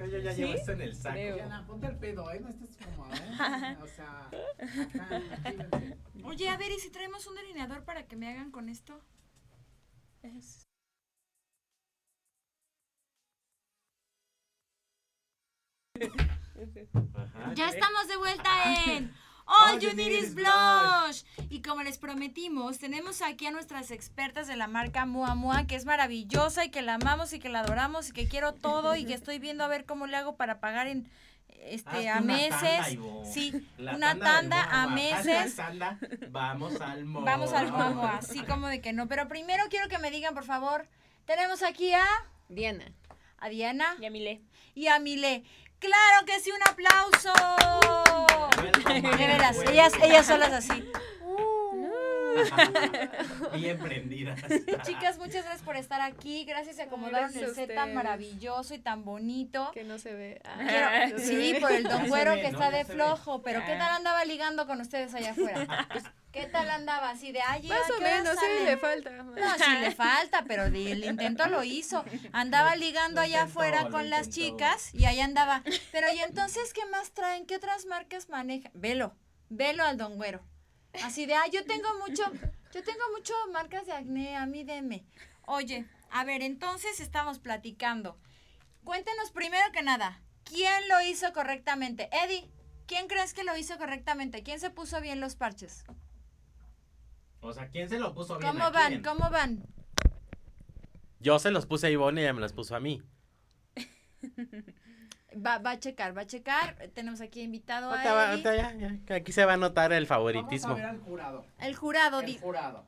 Speaker 4: Yo ya
Speaker 1: ¿Sí?
Speaker 4: llevo esto en el
Speaker 2: Ah,
Speaker 4: saco.
Speaker 1: Creo.
Speaker 3: Diana, ponte el pedo, ¿eh? No estés como, ¿eh? O sea, ajá, imagínate.
Speaker 1: Oye, a ver, ¿y si traemos un delineador para que me hagan con esto?
Speaker 4: Ajá. Ah,
Speaker 1: Ya estamos de vuelta en
Speaker 4: All
Speaker 1: All
Speaker 4: You
Speaker 1: You
Speaker 4: Need
Speaker 1: Need Is
Speaker 4: Is
Speaker 1: Blush. Y como les prometimos, tenemos aquí a nuestras expertas de la marca Mua Mua, que es maravillosa y que la amamos y que la adoramos y que quiero todo y que estoy viendo a ver cómo le hago para pagar en este
Speaker 4: Hazte
Speaker 1: a
Speaker 4: una
Speaker 1: meses.
Speaker 4: tanda, Ivo.
Speaker 1: sí,
Speaker 4: La
Speaker 1: una
Speaker 4: del
Speaker 1: tanda a
Speaker 4: Moa. Hazte
Speaker 1: meses.
Speaker 4: tanda. Vamos al Moa.
Speaker 1: Vamos al Mua Mua, así como de que no. Pero primero quiero que me digan, por favor, tenemos aquí a,
Speaker 5: Diana.
Speaker 1: a Diana
Speaker 5: Yamile.
Speaker 1: y a Mile. ¡Claro que sí! ¡Un aplauso! De veras, ellas, ellas solas así.
Speaker 4: Bien prendidas.
Speaker 1: Chicas, muchas gracias por estar aquí. Gracias, se acomodaron
Speaker 5: gracias
Speaker 1: el
Speaker 5: a
Speaker 1: set tan
Speaker 5: ustedes.
Speaker 1: maravilloso y tan bonito.
Speaker 5: Que no se ve. Ah,
Speaker 1: Quiero-
Speaker 5: no se
Speaker 1: sí,
Speaker 5: ve.
Speaker 1: por el don
Speaker 4: se
Speaker 1: güero
Speaker 4: ve,
Speaker 1: que
Speaker 4: ¿no?
Speaker 1: está
Speaker 4: Ya
Speaker 1: de
Speaker 4: se ve.
Speaker 1: flojo, pero ¿qué
Speaker 5: Ah.
Speaker 1: tal andaba ligando con ustedes allá afuera? ¿Qué tal andaba así de ay,
Speaker 5: Más
Speaker 1: ¿a
Speaker 5: o
Speaker 1: qué hora
Speaker 5: menos, sí,
Speaker 1: salen?
Speaker 5: le falta.
Speaker 1: No, sí le falta, pero di- el intento lo hizo. Andaba ligando
Speaker 4: Lo
Speaker 1: allá
Speaker 4: intentó,
Speaker 1: afuera
Speaker 4: lo
Speaker 1: con las
Speaker 4: intentó.
Speaker 1: chicas y ahí andaba. Pero ¿y entonces qué más traen? ¿Qué otras marcas manejan? Velo, velo al don güero. Así de, ah, yo tengo mucho, yo tengo mucho marcas de acné, a mí deme. Oye, a ver, entonces estamos platicando. Cuéntenos primero que nada, ¿quién lo hizo correctamente? Eddie, ¿quién crees que lo hizo correctamente? ¿Quién se puso bien los parches?
Speaker 4: O sea, ¿quién se lo puso bien?
Speaker 1: ¿Cómo
Speaker 4: a
Speaker 1: van?
Speaker 4: quién?
Speaker 1: ¿Cómo van?
Speaker 2: Yo se los puse a Ivonne y ella me los puso a mí.
Speaker 1: Va, va a checar, va a checar. Eh, Tenemos aquí invitado a
Speaker 2: Ahorita va-
Speaker 1: Eddie.
Speaker 2: ahorita ya, ya, que Aquí se va a notar el
Speaker 3: Vamos a
Speaker 2: favoritismo.
Speaker 3: ver al jurado.
Speaker 1: El jurado
Speaker 3: El
Speaker 1: di-
Speaker 3: jurado.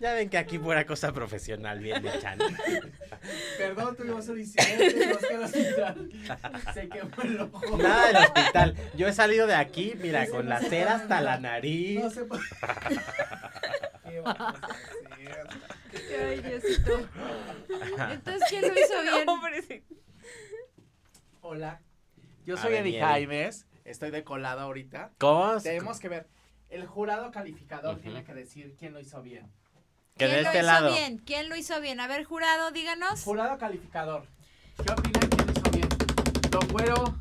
Speaker 2: Ya ven que aquí pura cosa profesional bien echan.
Speaker 3: Perdón, tuvimos un incidente, nos quedó hospital. Se quemó el ojo.
Speaker 2: Nada del hospital. Yo he salido de aquí, mira, con la cera hasta la nariz.
Speaker 3: No se puede. ¿Qué vamos a hacer?
Speaker 5: Ay, Diosito.
Speaker 1: Entonces, ¿quién lo hizo bien?
Speaker 3: Hola, yo
Speaker 2: A
Speaker 3: soy
Speaker 2: ver,
Speaker 3: Eddie
Speaker 2: mi Eddie.
Speaker 3: Jaimes, estoy de colado ahorita.
Speaker 2: ¿Cómo?
Speaker 3: Tenemos que ver, el jurado calificador
Speaker 2: Ujú.
Speaker 3: tiene que decir quién lo hizo bien.
Speaker 2: Que de
Speaker 1: ¿Quién lo
Speaker 2: este
Speaker 1: hizo
Speaker 2: lado.
Speaker 1: bien? ¿Quién lo hizo bien? A ver, jurado, díganos.
Speaker 3: Jurado calificador, ¿qué opinan quién lo hizo bien? Don Güero,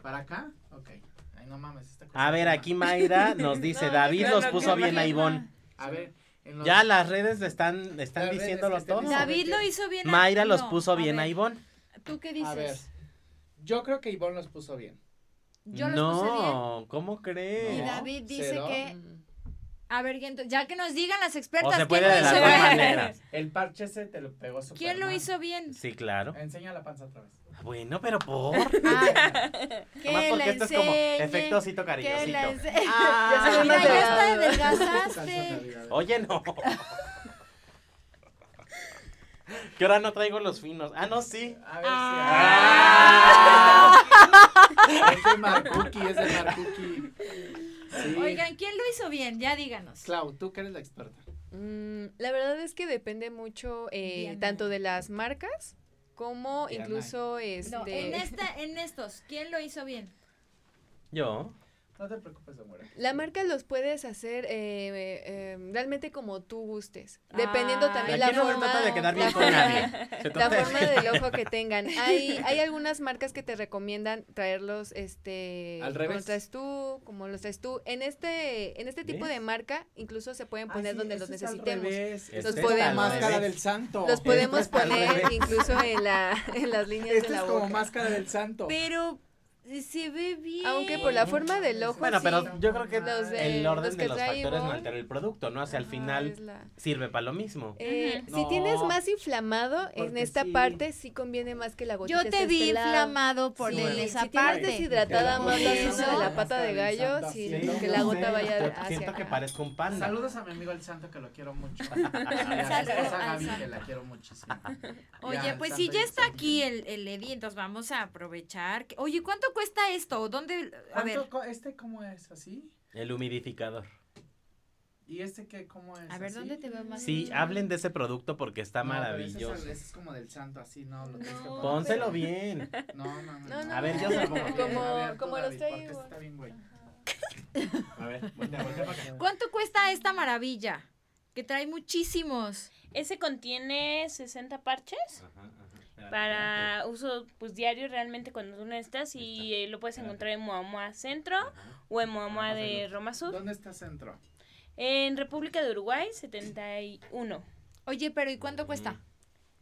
Speaker 3: ¿para acá? Ok. Ay, no mames. esta cosa
Speaker 2: A ver,
Speaker 3: está
Speaker 2: aquí Mayra nos dice,
Speaker 5: No,
Speaker 2: David
Speaker 5: claro
Speaker 2: los
Speaker 5: que
Speaker 2: puso bien a
Speaker 1: Ajá.
Speaker 2: Ivonne.
Speaker 3: mal. A ver, en los-
Speaker 2: Ya las redes están, están
Speaker 3: Las redes
Speaker 2: diciéndolo
Speaker 3: que estén
Speaker 2: todo.
Speaker 3: diciendo.
Speaker 1: David lo hizo bien. a-
Speaker 2: Mayra los
Speaker 1: no,
Speaker 2: puso bien a
Speaker 1: ver,
Speaker 2: Ivonne.
Speaker 1: ¿Tú qué
Speaker 3: A ver,
Speaker 1: dices?
Speaker 3: yo creo que Ivonne los puso bien.
Speaker 1: Yo los puse bien.
Speaker 2: no, ¿cómo
Speaker 1: Y
Speaker 2: crees?
Speaker 3: No.
Speaker 1: David dice
Speaker 3: cero.
Speaker 1: que. A ver, ento- ya que nos digan las expertas.
Speaker 2: O se
Speaker 1: ¿quién lo
Speaker 2: puede de las
Speaker 1: hizo
Speaker 2: dos
Speaker 1: bien?
Speaker 2: maneras.
Speaker 3: El parche se te lo pegó su
Speaker 1: ¿Quién lo hizo bien?
Speaker 2: Sí, claro.
Speaker 3: Enseña la panza otra vez.
Speaker 2: Bueno, pero por.
Speaker 1: Ah,
Speaker 2: Nomás
Speaker 1: que
Speaker 2: porque
Speaker 1: le
Speaker 2: esto es como
Speaker 1: enseñe,
Speaker 2: efectosito
Speaker 1: Que le
Speaker 2: cariñosito.
Speaker 1: enseñe.
Speaker 2: Ah,
Speaker 1: Mira,
Speaker 5: Calzón
Speaker 1: ya hasta
Speaker 5: delgado.
Speaker 1: adelgazaste.
Speaker 2: Oye, no. ¿Qué hora no traigo los finos? Ah, no, sí.
Speaker 3: A
Speaker 2: Ah.
Speaker 3: ver si. Es de Marcuki, es de Marcuki. Sí.
Speaker 1: Oigan, ¿quién lo hizo bien? Ya díganos.
Speaker 3: Clau, tú que eres la experta.
Speaker 5: Mm, la verdad es que depende mucho eh,
Speaker 1: Diana.
Speaker 5: tanto de las marcas como
Speaker 3: Diana.
Speaker 5: incluso este.
Speaker 1: No, en, esta, en estos, ¿quién lo hizo bien?
Speaker 2: Yo.
Speaker 3: No te preocupes, Omura.
Speaker 5: La marca los puedes hacer eh, eh, realmente como tú gustes, dependiendo
Speaker 1: Ah,
Speaker 5: también la
Speaker 2: Aquí no se
Speaker 5: forma,
Speaker 2: trata de quedar bien
Speaker 5: la
Speaker 2: con
Speaker 5: forma-
Speaker 2: nadie. Se
Speaker 5: la
Speaker 2: trata de-
Speaker 5: forma del ojo que tengan. Hay, hay algunas marcas que te recomiendan traerlos, este,
Speaker 3: Al
Speaker 5: como
Speaker 3: revés.
Speaker 5: los traes tú, como los traes tú. En este, en este tipo de
Speaker 2: ¿Ves?
Speaker 5: marca, incluso se
Speaker 3: Ah,
Speaker 5: pueden poner donde los necesitemos.
Speaker 2: Los
Speaker 3: Esta este es la
Speaker 5: podemos-
Speaker 3: máscara del santo.
Speaker 5: Los podemos
Speaker 2: Esto es al
Speaker 5: poner
Speaker 2: revés.
Speaker 5: incluso en, la, en las líneas
Speaker 3: Esta Este
Speaker 5: de
Speaker 3: es
Speaker 5: la
Speaker 3: como
Speaker 5: boca.
Speaker 3: máscara del santo.
Speaker 1: Pero eh, se ve bien.
Speaker 5: Aunque por la forma del ojo,
Speaker 2: Bueno,
Speaker 5: sí.
Speaker 2: pero yo creo que
Speaker 5: Los de-
Speaker 2: el orden
Speaker 5: los que
Speaker 2: de los
Speaker 5: trae
Speaker 2: factores no
Speaker 5: Ivonne.
Speaker 2: altera el producto, ¿no? O sea, al
Speaker 5: Ajá,
Speaker 2: final
Speaker 1: Ah,
Speaker 5: Ah, es la-
Speaker 2: sirve para lo mismo.
Speaker 5: Eh,
Speaker 1: Ujú.
Speaker 5: Si tienes
Speaker 3: No,
Speaker 5: más inflamado en
Speaker 3: porque
Speaker 5: esta
Speaker 3: sí.
Speaker 5: parte, sí conviene más que la gotita.
Speaker 1: Yo
Speaker 5: esté
Speaker 1: te vi
Speaker 5: este lado.
Speaker 1: inflamado por
Speaker 5: Sí,
Speaker 1: el-
Speaker 2: bueno.
Speaker 1: esa
Speaker 5: si tienes
Speaker 1: parte.
Speaker 5: deshidratada más la
Speaker 1: Eso.
Speaker 5: zona de la pata de gallo, sí,
Speaker 3: Sí,
Speaker 5: que la
Speaker 3: no
Speaker 5: gota
Speaker 3: sé,
Speaker 5: vaya
Speaker 2: Yo
Speaker 5: hacia
Speaker 2: Siento que
Speaker 5: acá.
Speaker 2: parezco un panda.
Speaker 3: Saludos a mi amigo el santo que lo quiero mucho. Y a mi
Speaker 1: Saludos
Speaker 3: esposa
Speaker 1: al
Speaker 3: Gaby
Speaker 1: santo.
Speaker 3: que la quiero muchísimo.
Speaker 1: Oye,
Speaker 3: Ya,
Speaker 1: pues
Speaker 3: santo
Speaker 1: si ya
Speaker 3: y
Speaker 1: está
Speaker 3: santo.
Speaker 1: aquí el, el Eddie, entonces vamos a aprovechar. que- Oye, ¿cuánto cuesta esto? ¿Dónde? A ver,
Speaker 3: ¿Cuánto co- ¿Este cómo es? ¿Así?
Speaker 2: El humidificador.
Speaker 3: ¿Y este qué cómo es?
Speaker 1: a ver,
Speaker 3: ¿Así?
Speaker 1: ¿dónde te veo más?
Speaker 2: Sí, hablen de ese producto porque está
Speaker 3: No, pero ese es
Speaker 2: maravilloso.
Speaker 3: el- Ese es como del santo, así, no, lo tienes que
Speaker 1: No,
Speaker 3: poner.
Speaker 2: Pónselo bien.
Speaker 3: No, no,
Speaker 5: No,
Speaker 3: no.
Speaker 5: no,
Speaker 2: A ver, no. yo se lo
Speaker 3: pongo bien.
Speaker 5: Como-
Speaker 3: A ver, tú,
Speaker 5: como los
Speaker 3: David, porque
Speaker 5: traigo.
Speaker 3: este está bien, güey.
Speaker 2: A ver, voltea, voltea para acá.
Speaker 1: ¿Cuánto cuesta esta maravilla? Que trae muchísimos.
Speaker 6: Ese contiene 60 parches
Speaker 2: Ajá, ajá.
Speaker 6: para uso pues diario realmente cuando tú necesitas y eh, lo puedes encontrar en Moamoa Centro
Speaker 2: Ajá.
Speaker 6: o en Moamoa
Speaker 2: Ah,
Speaker 6: de
Speaker 2: bueno.
Speaker 6: Roma Sur.
Speaker 3: ¿Dónde está Centro?
Speaker 6: En República de Uruguay, 71.
Speaker 1: Oye, pero ¿y cuánto cuesta?
Speaker 2: Mm.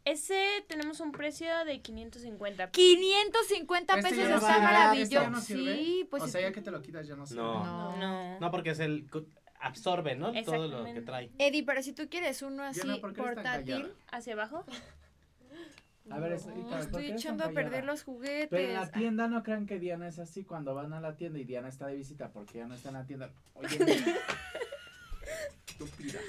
Speaker 6: Ese tenemos un precio de 550.
Speaker 1: 550
Speaker 3: Este
Speaker 1: pesos
Speaker 3: ya no
Speaker 1: está
Speaker 3: sirve, este
Speaker 1: maravilloso.
Speaker 3: ya no sirve.
Speaker 1: sí, pues
Speaker 3: o
Speaker 1: sí.
Speaker 3: sea, ya que te lo quitas ya no sirve.
Speaker 2: No.
Speaker 1: No.
Speaker 6: Ah. No.
Speaker 2: No, porque es el cu- absorbe, ¿no? Todo lo que
Speaker 6: Exactamente.
Speaker 2: trae.
Speaker 1: Eddie, pero si tú quieres uno así
Speaker 3: Diana, ¿por qué eres tan
Speaker 1: portátil,
Speaker 3: callada?
Speaker 6: Hacia abajo.
Speaker 3: A ver, es-
Speaker 1: No,
Speaker 3: Ícaro, ¿por
Speaker 1: estoy
Speaker 3: qué eres
Speaker 1: echando a
Speaker 3: tan
Speaker 1: perder
Speaker 3: callada?
Speaker 1: los juguetes.
Speaker 3: Pero en la tienda no crean que Diana es así cuando van a la tienda y Diana está de visita porque ya no está en la tienda. Oye, mira. estúpida.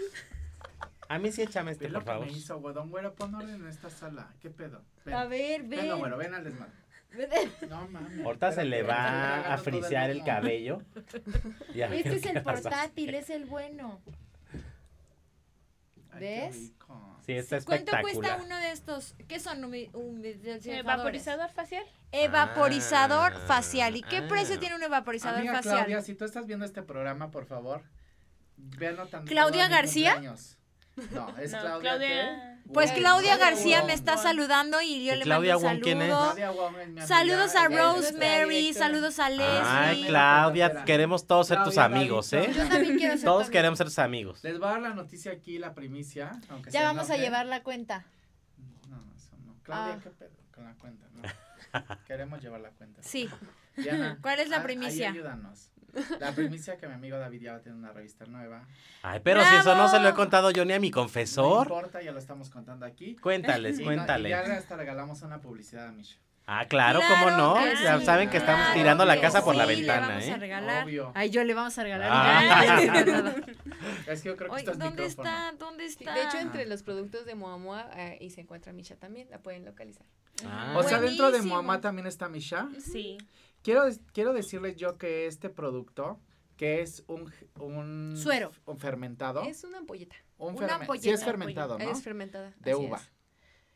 Speaker 2: A mí sí échame este,
Speaker 3: Ve lo
Speaker 2: por
Speaker 3: que
Speaker 2: favor.
Speaker 3: me hizo, güey. Don Güero, pon orden en esta sala. ¿Qué pedo? Ven.
Speaker 1: A ver,
Speaker 3: ven,
Speaker 1: ven.
Speaker 3: Don Güero, ven al desmadre.
Speaker 1: ven.
Speaker 3: No mames.
Speaker 2: Ahorita se
Speaker 3: espérate,
Speaker 2: le
Speaker 3: me estoy
Speaker 2: va a
Speaker 3: tragando todo el
Speaker 2: frisear el
Speaker 3: mundo.
Speaker 2: cabello. Y a ver
Speaker 1: Este es
Speaker 2: qué
Speaker 1: el
Speaker 2: vas a hacer.
Speaker 1: portátil, es el bueno.
Speaker 3: Ay, qué
Speaker 1: ¿Ves?
Speaker 3: rico.
Speaker 2: Sí, está
Speaker 1: ¿Cuánto
Speaker 2: espectacular.
Speaker 1: cuesta uno de estos? ¿Qué son? Humi-
Speaker 6: Eh,
Speaker 1: humidificadores?
Speaker 6: Vaporizador facial.
Speaker 1: Evaporizador
Speaker 2: Ah,
Speaker 1: facial. ¿Y qué
Speaker 2: ah.
Speaker 1: precio tiene un evaporizador
Speaker 3: Amiga
Speaker 1: facial?
Speaker 3: Claudia, si tú estás viendo este programa, por favor, véanlo también.
Speaker 1: ¿Claudia García?
Speaker 3: No, es
Speaker 6: No,
Speaker 3: Claudia.
Speaker 6: Claudia-
Speaker 3: ¿qué?
Speaker 1: Pues
Speaker 3: Wong.
Speaker 1: Claudia García
Speaker 3: Wong.
Speaker 1: me está
Speaker 6: Wong.
Speaker 1: saludando y yo
Speaker 2: ¿Y
Speaker 1: le
Speaker 2: Claudia
Speaker 1: mando
Speaker 2: Wong
Speaker 1: un
Speaker 2: quién es?
Speaker 1: saludo.
Speaker 3: Claudia Wong es mi amiga,
Speaker 1: Saludos a
Speaker 3: ella es nuestra-
Speaker 1: Rosemary,
Speaker 5: directora.
Speaker 1: saludos a Leslie.
Speaker 2: Ay,
Speaker 3: Leslie.
Speaker 2: Claudia, queremos todos ser tus
Speaker 3: Claudia,
Speaker 2: amigos,
Speaker 3: David,
Speaker 2: ¿eh?
Speaker 1: Yo también quiero ser tu
Speaker 2: Todos
Speaker 1: amiga.
Speaker 2: queremos ser tus amigos.
Speaker 3: Les voy a dar la noticia aquí, la primicia. aunque
Speaker 1: Ya
Speaker 3: sea
Speaker 1: vamos a
Speaker 3: enoje.
Speaker 1: llevar la cuenta.
Speaker 3: No, no, eso no. Claudia,
Speaker 1: Ah.
Speaker 3: ¿qué pedo con la cuenta? No. Queremos llevar la cuenta.
Speaker 1: Sí.
Speaker 3: Diana,
Speaker 1: ¿Cuál es la
Speaker 3: a- ahí
Speaker 1: primicia?
Speaker 3: ayúdanos. La primicia que mi amigo David ya va a tener una revista nueva.
Speaker 2: Ay, pero si eso no se lo he
Speaker 1: ¡Bravo!
Speaker 2: contado yo ni a mi
Speaker 3: No
Speaker 2: confesor.
Speaker 3: importa, ya lo estamos contando aquí.
Speaker 2: Cuéntales,
Speaker 3: Y no- y
Speaker 2: cuéntales.
Speaker 3: ya le hasta regalamos una publicidad a Misha.
Speaker 2: Ah, claro,
Speaker 1: Claro
Speaker 2: cómo no.
Speaker 1: que
Speaker 2: Ya
Speaker 1: sí,
Speaker 2: Saben que estamos
Speaker 1: claro
Speaker 2: tirando la
Speaker 1: que
Speaker 2: casa por la
Speaker 1: sí, le
Speaker 2: ventana,
Speaker 1: vamos a
Speaker 2: ¿eh?
Speaker 1: regalar.
Speaker 3: Obvio.
Speaker 1: Ay, yo le vamos a regalar.
Speaker 2: Ah.
Speaker 1: Ya, Este, no, no, no.
Speaker 3: Es que yo creo que
Speaker 1: Oye,
Speaker 3: esto es
Speaker 1: ¿dónde
Speaker 3: micrófono.
Speaker 1: está? ¿Dónde
Speaker 5: Sí,
Speaker 1: está?
Speaker 5: Este, de
Speaker 3: Ah.
Speaker 5: hecho, entre los productos de Moamoa eh, y se encuentra Misha también, la pueden localizar.
Speaker 2: Ah.
Speaker 3: O sea, dentro de
Speaker 1: Buenísimo.
Speaker 3: Moamá también está Misha.
Speaker 6: Sí.
Speaker 3: Quiero, des- quiero decirles yo que este producto, que es un, g- un
Speaker 1: Suero.
Speaker 3: un fermentado.
Speaker 5: Es una ampolleta,
Speaker 3: un
Speaker 1: una
Speaker 3: fermentado. Sí
Speaker 1: ampolleta.
Speaker 3: es fermentado, ¿no?
Speaker 5: es fermentada.
Speaker 3: de
Speaker 5: así
Speaker 3: uva.
Speaker 5: es.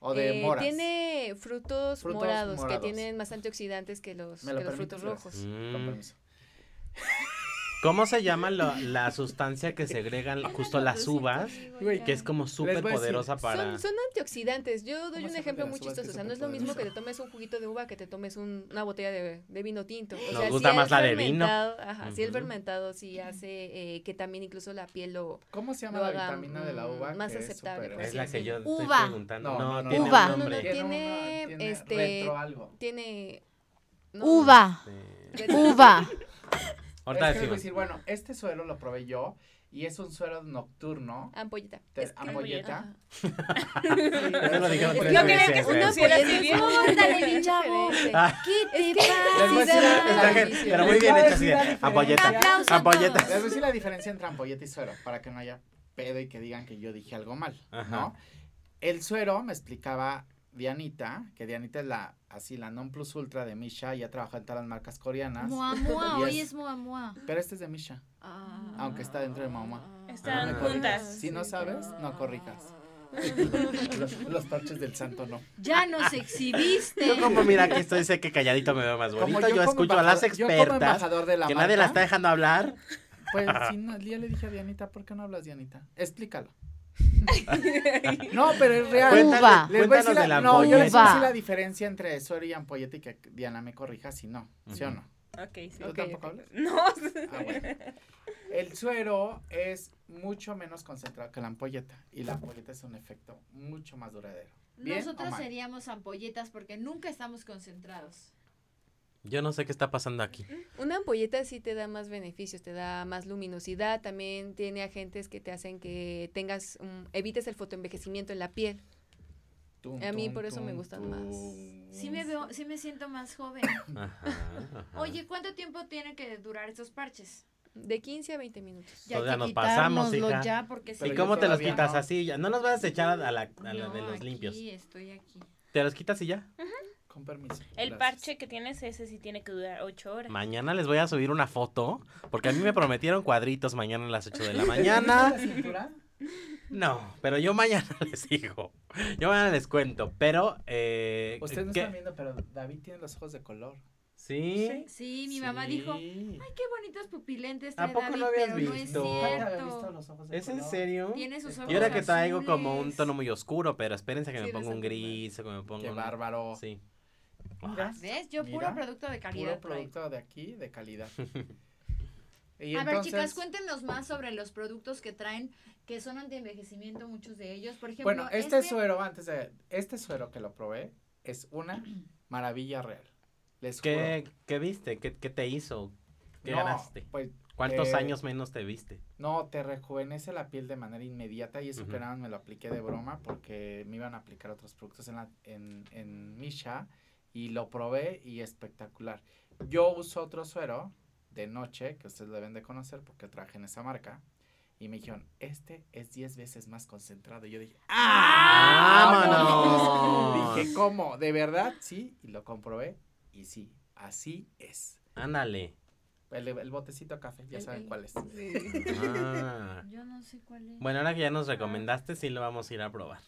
Speaker 3: O de
Speaker 5: Eh,
Speaker 3: moras.
Speaker 5: Tiene frutos,
Speaker 3: Frutos
Speaker 5: morados,
Speaker 3: morados.
Speaker 5: que tienen más antioxidantes que los,
Speaker 3: ¿Me lo
Speaker 5: que los
Speaker 3: permites?
Speaker 5: frutos rojos.
Speaker 3: Gracias. Con
Speaker 2: Mm.
Speaker 3: permiso.
Speaker 2: ¿Cómo se llama lo- la sustancia que segregan justo las uvas? Que es como súper
Speaker 3: voy a decir,
Speaker 2: poderosa para...
Speaker 5: Son, son antioxidantes. Yo doy
Speaker 3: ¿Cómo
Speaker 5: un
Speaker 3: se
Speaker 5: ejemplo
Speaker 3: llaman
Speaker 5: muy
Speaker 3: las uvas que
Speaker 5: chistoso. O sea,
Speaker 3: son
Speaker 5: no es lo mismo que te
Speaker 3: poderosas?
Speaker 5: tomes un juguito de uva que te tomes un- una botella de, de vino tinto. O
Speaker 2: Nos
Speaker 5: sea,
Speaker 2: gusta
Speaker 5: sí
Speaker 2: más
Speaker 5: el
Speaker 2: la de vino.
Speaker 5: fermentado- Ajá, sí el
Speaker 2: Ujú.
Speaker 5: fermentado sí hace eh, que también incluso la piel lo...
Speaker 3: ¿Cómo se llama
Speaker 5: Lo
Speaker 3: la
Speaker 5: hagan,
Speaker 3: vitamina de la
Speaker 5: mm,
Speaker 3: uva?
Speaker 5: más
Speaker 3: que es
Speaker 5: aceptable,
Speaker 3: súper-
Speaker 5: pues.
Speaker 2: Es la que yo estoy
Speaker 1: Uva.
Speaker 2: preguntando.
Speaker 3: No,
Speaker 2: No,
Speaker 3: no, no.
Speaker 2: tiene
Speaker 1: Uva.
Speaker 2: un
Speaker 1: No, no,
Speaker 2: nombre.
Speaker 5: tiene,
Speaker 3: una- tiene
Speaker 5: este,
Speaker 3: retro algo.
Speaker 5: Tiene... no,
Speaker 1: Uva,
Speaker 2: Sí.
Speaker 5: de-
Speaker 1: uva.
Speaker 2: Ahorita
Speaker 3: es que les voy a
Speaker 2: decimos.
Speaker 3: decir, bueno, este suero lo probé yo y es un suero nocturno.
Speaker 5: Ampolleta.
Speaker 3: Te-
Speaker 5: Es que-
Speaker 3: ampolleta.
Speaker 5: Ajá.
Speaker 2: Eso lo dijeron
Speaker 3: Yo
Speaker 2: tres
Speaker 6: Yo quería que
Speaker 2: veces,
Speaker 6: se
Speaker 2: ¿eh?
Speaker 6: pusiera así
Speaker 5: Una
Speaker 6: bien.
Speaker 1: Ándale, mi chavo.
Speaker 5: Diferente.
Speaker 1: ¿Qué te
Speaker 3: Les voy a decir la-
Speaker 1: pasa?
Speaker 2: Está bien, Pero muy bien hecho, así de,
Speaker 1: Un
Speaker 2: ampolleta,
Speaker 1: aplauso a
Speaker 2: ampolleta.
Speaker 1: todos.
Speaker 3: Les voy a decir la diferencia entre ampolleta y suero, para que no haya pedo y que digan que yo dije algo mal,
Speaker 2: Ajá.
Speaker 3: ¿no? El suero me explicaba Dianita, que Dianita es la, así, la non plus ultra de Misha, ya trabaja en todas las marcas
Speaker 2: Ah,
Speaker 3: coreanas,
Speaker 1: Muamua,
Speaker 3: Y
Speaker 1: hoy
Speaker 3: es-
Speaker 1: es muamua.
Speaker 3: pero este es de Misha,
Speaker 5: Ah.
Speaker 3: aunque está dentro de mamá.
Speaker 6: Están
Speaker 2: Ah.
Speaker 6: juntas.
Speaker 3: Si no sabes, no corrijas. Los, los parches del santo no.
Speaker 1: Ya nos exhibiste.
Speaker 2: Yo como, mira, aquí estoy, sé que calladito me veo más
Speaker 3: Como
Speaker 2: bonito. Yo,
Speaker 3: como
Speaker 2: escucho a las
Speaker 3: embajador- yo como
Speaker 2: expertas,
Speaker 3: embajador de la
Speaker 2: que nadie la está
Speaker 3: marca,
Speaker 2: dejando hablar.
Speaker 3: Pues sí, no, ya le dije a Dianita, ¿por qué no hablas, Dianita? Explícalo. no, pero es real.
Speaker 1: Cuéntale- Uva.
Speaker 3: Les voy a decir
Speaker 2: cuéntanos de la
Speaker 3: no, yo les voy
Speaker 1: ampolleta.
Speaker 3: a decir la diferencia entre suero y ampolleta y que Diana me corrija si no, ¿sí o
Speaker 2: Ujú.
Speaker 3: no?
Speaker 6: Ok, sí.
Speaker 3: ¿Tú
Speaker 5: Ok,
Speaker 3: tampoco
Speaker 5: ok.
Speaker 3: hablas?
Speaker 6: No.
Speaker 3: Ah, bueno. El suero es mucho menos concentrado que la ampolleta y la ampolleta es un efecto mucho más duradero. ¿Bien o
Speaker 1: Nosotros
Speaker 3: mal?
Speaker 1: seríamos ampolletas porque nunca estamos concentrados.
Speaker 2: Yo no sé qué está pasando aquí.
Speaker 5: Una ampolleta sí te da más beneficios, te da más luminosidad, también tiene agentes que te hacen que tengas, un- evites el fotoenvejecimiento en la piel.
Speaker 3: Tum,
Speaker 5: A mí
Speaker 3: tum,
Speaker 5: por eso me
Speaker 3: tum,
Speaker 5: gustan
Speaker 3: tum.
Speaker 5: más.
Speaker 1: Sí me veo, sí me siento más joven.
Speaker 2: Ajá, ajá.
Speaker 1: Oye, ¿cuánto tiempo tiene que durar estos parches?
Speaker 5: De 15 a 20 minutos.
Speaker 1: Ya hay
Speaker 2: Todavía
Speaker 1: que
Speaker 2: nos pasamos,
Speaker 1: quitárnoslo
Speaker 2: hija.
Speaker 1: ya porque
Speaker 3: Pero
Speaker 2: ¿Y
Speaker 1: sí.
Speaker 3: yo
Speaker 2: cómo te los
Speaker 3: todavía
Speaker 2: quitas
Speaker 3: no.
Speaker 2: así? Ya, No los vas a echar a la, a la de
Speaker 1: No,
Speaker 2: los
Speaker 1: aquí
Speaker 2: limpios.
Speaker 1: estoy aquí.
Speaker 2: ¿Te los quitas y ya?
Speaker 3: Con permiso.
Speaker 6: El
Speaker 3: gracias.
Speaker 6: parche que tienes ese sí tiene que durar ocho horas.
Speaker 2: Mañana les voy a subir una foto, porque a mí me prometieron cuadritos mañana a las 8 de la
Speaker 3: ¿La
Speaker 2: mañana.
Speaker 3: cintura?
Speaker 2: No, pero yo mañana les digo. Yo mañana les cuento, pero... Eh,
Speaker 3: Ustedes no
Speaker 2: ¿qué?
Speaker 3: están viendo, pero David tiene los ojos de color.
Speaker 2: Sí, ¿Sí?
Speaker 1: Sí, mi mamá dijo, ay, qué bonitos pupilentes trae
Speaker 2: ¿A poco
Speaker 1: David,
Speaker 2: lo habías
Speaker 1: pero
Speaker 2: visto?
Speaker 1: no
Speaker 3: Nunca había
Speaker 1: es
Speaker 3: visto
Speaker 1: cierto.
Speaker 3: los ojos de
Speaker 2: ¿Es en
Speaker 3: color.
Speaker 2: serio?
Speaker 1: Tiene sus
Speaker 3: Yo
Speaker 1: ojos
Speaker 2: Yo era que traigo
Speaker 1: azules.
Speaker 2: como un tono muy oscuro, pero espérense que
Speaker 5: Sí,
Speaker 2: me
Speaker 5: eres
Speaker 2: ponga un
Speaker 5: azul,
Speaker 2: gris o que me ponga
Speaker 3: Qué
Speaker 2: un-
Speaker 3: bárbaro.
Speaker 2: Sí.
Speaker 3: Mira,
Speaker 1: ¿Ves? Yo puro
Speaker 3: Mira,
Speaker 1: producto de calidad.
Speaker 3: Puro
Speaker 1: traigo.
Speaker 3: producto de aquí, de calidad. Y
Speaker 1: A ver, chicas,
Speaker 3: entonces,
Speaker 1: cuéntenos más sobre los productos que traen, que son anti-envejecimiento, muchos de ellos. Por ejemplo,
Speaker 3: Bueno, este, suero, antes de. Este suero que lo probé es una maravilla real. Les
Speaker 2: ¿Qué, qué viste? ¿Qué, qué te hizo?
Speaker 3: juro.
Speaker 2: ¿Qué
Speaker 3: No,
Speaker 2: ganaste?
Speaker 3: Pues
Speaker 2: ¿Cuántos
Speaker 3: eh,
Speaker 2: años menos te viste?
Speaker 3: no, te rejuvenece la piel de manera inmediata y eso
Speaker 2: Ujú.
Speaker 3: que nada más me lo apliqué de broma porque me iban a aplicar otros productos en, la, en, en Misha y lo probé y espectacular. Yo uso otro suero de noche que ustedes deben de conocer porque traje en esa marca y me dijeron, este es 10 veces más concentrado. Y yo dije,
Speaker 2: ¡Vámonos!
Speaker 3: Dije, ¿cómo? ¿De verdad? Sí, y lo comprobé. Y sí, así es.
Speaker 2: Ándale.
Speaker 3: El, el botecito café, ya
Speaker 5: El-
Speaker 3: saben
Speaker 5: el-
Speaker 3: cuál es.
Speaker 5: Sí.
Speaker 2: Ah.
Speaker 1: Yo no sé cuál es.
Speaker 2: Bueno, ahora que ya nos recomendaste, sí lo vamos a ir a probar.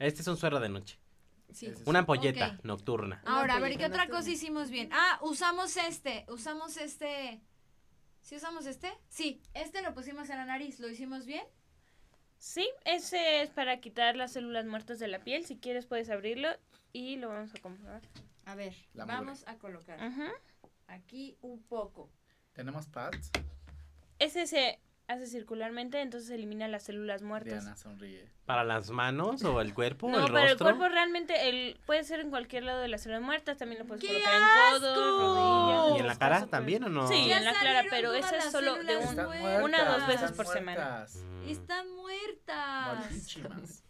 Speaker 2: Este es un suero de noche.
Speaker 5: Sí.
Speaker 3: Ese es-
Speaker 2: Una ampolleta
Speaker 1: Ok.
Speaker 2: nocturna.
Speaker 5: Ah,
Speaker 1: Ahora, a
Speaker 5: Una
Speaker 1: ver, ¿qué
Speaker 5: polleta
Speaker 1: otra cosa
Speaker 5: nocturna.
Speaker 1: hicimos bien? Ah, usamos este, usamos este. ¿Sí usamos este? Sí, este lo pusimos en la nariz, ¿lo hicimos bien?
Speaker 6: Sí, ese es para quitar las células muertas de la piel. Si quieres puedes abrirlo y lo vamos a comprobar.
Speaker 1: A ver, Ah.
Speaker 3: La mugre.
Speaker 1: vamos a colocar
Speaker 6: Ajá.
Speaker 1: aquí un poco.
Speaker 3: Tenemos pads.
Speaker 6: Ese se hace circularmente, entonces elimina las células muertas.
Speaker 3: Diana sonríe.
Speaker 2: ¿Para las manos o el cuerpo o
Speaker 6: No,
Speaker 2: el
Speaker 6: pero el
Speaker 2: rostro?
Speaker 6: cuerpo realmente el, puede ser en cualquier lado de las células muertas. También lo puedes
Speaker 1: ¡Qué
Speaker 6: colocar en
Speaker 1: asco!
Speaker 6: codos, rodillas.
Speaker 2: ¿Y en la
Speaker 6: pescuezo,
Speaker 2: cara
Speaker 6: pero-
Speaker 2: también o no?
Speaker 6: Sí,
Speaker 1: Ya
Speaker 6: en la
Speaker 1: salieron
Speaker 6: clara, pero
Speaker 1: todas
Speaker 6: esa es
Speaker 1: las
Speaker 6: solo de
Speaker 1: células
Speaker 6: un-
Speaker 3: Están
Speaker 1: muertas.
Speaker 6: una o dos veces
Speaker 3: están
Speaker 6: por semana.
Speaker 3: muertas.
Speaker 2: Mm.
Speaker 1: Están muertas.
Speaker 3: Muertísimas.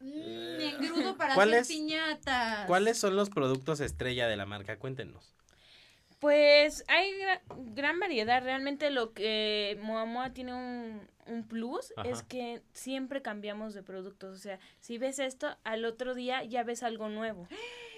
Speaker 1: Mm,
Speaker 6: Eh.
Speaker 1: engrudo para hacer
Speaker 2: ¿Cuáles-
Speaker 1: piñatas.
Speaker 2: ¿Cuáles son los productos estrella de la marca? Cuéntenos.
Speaker 6: Pues hay gra- gran variedad. Realmente lo que Moamoa tiene un, un plus
Speaker 2: Ajá.
Speaker 6: es que siempre cambiamos de productos. O sea, si ves esto, al otro día ya ves algo nuevo.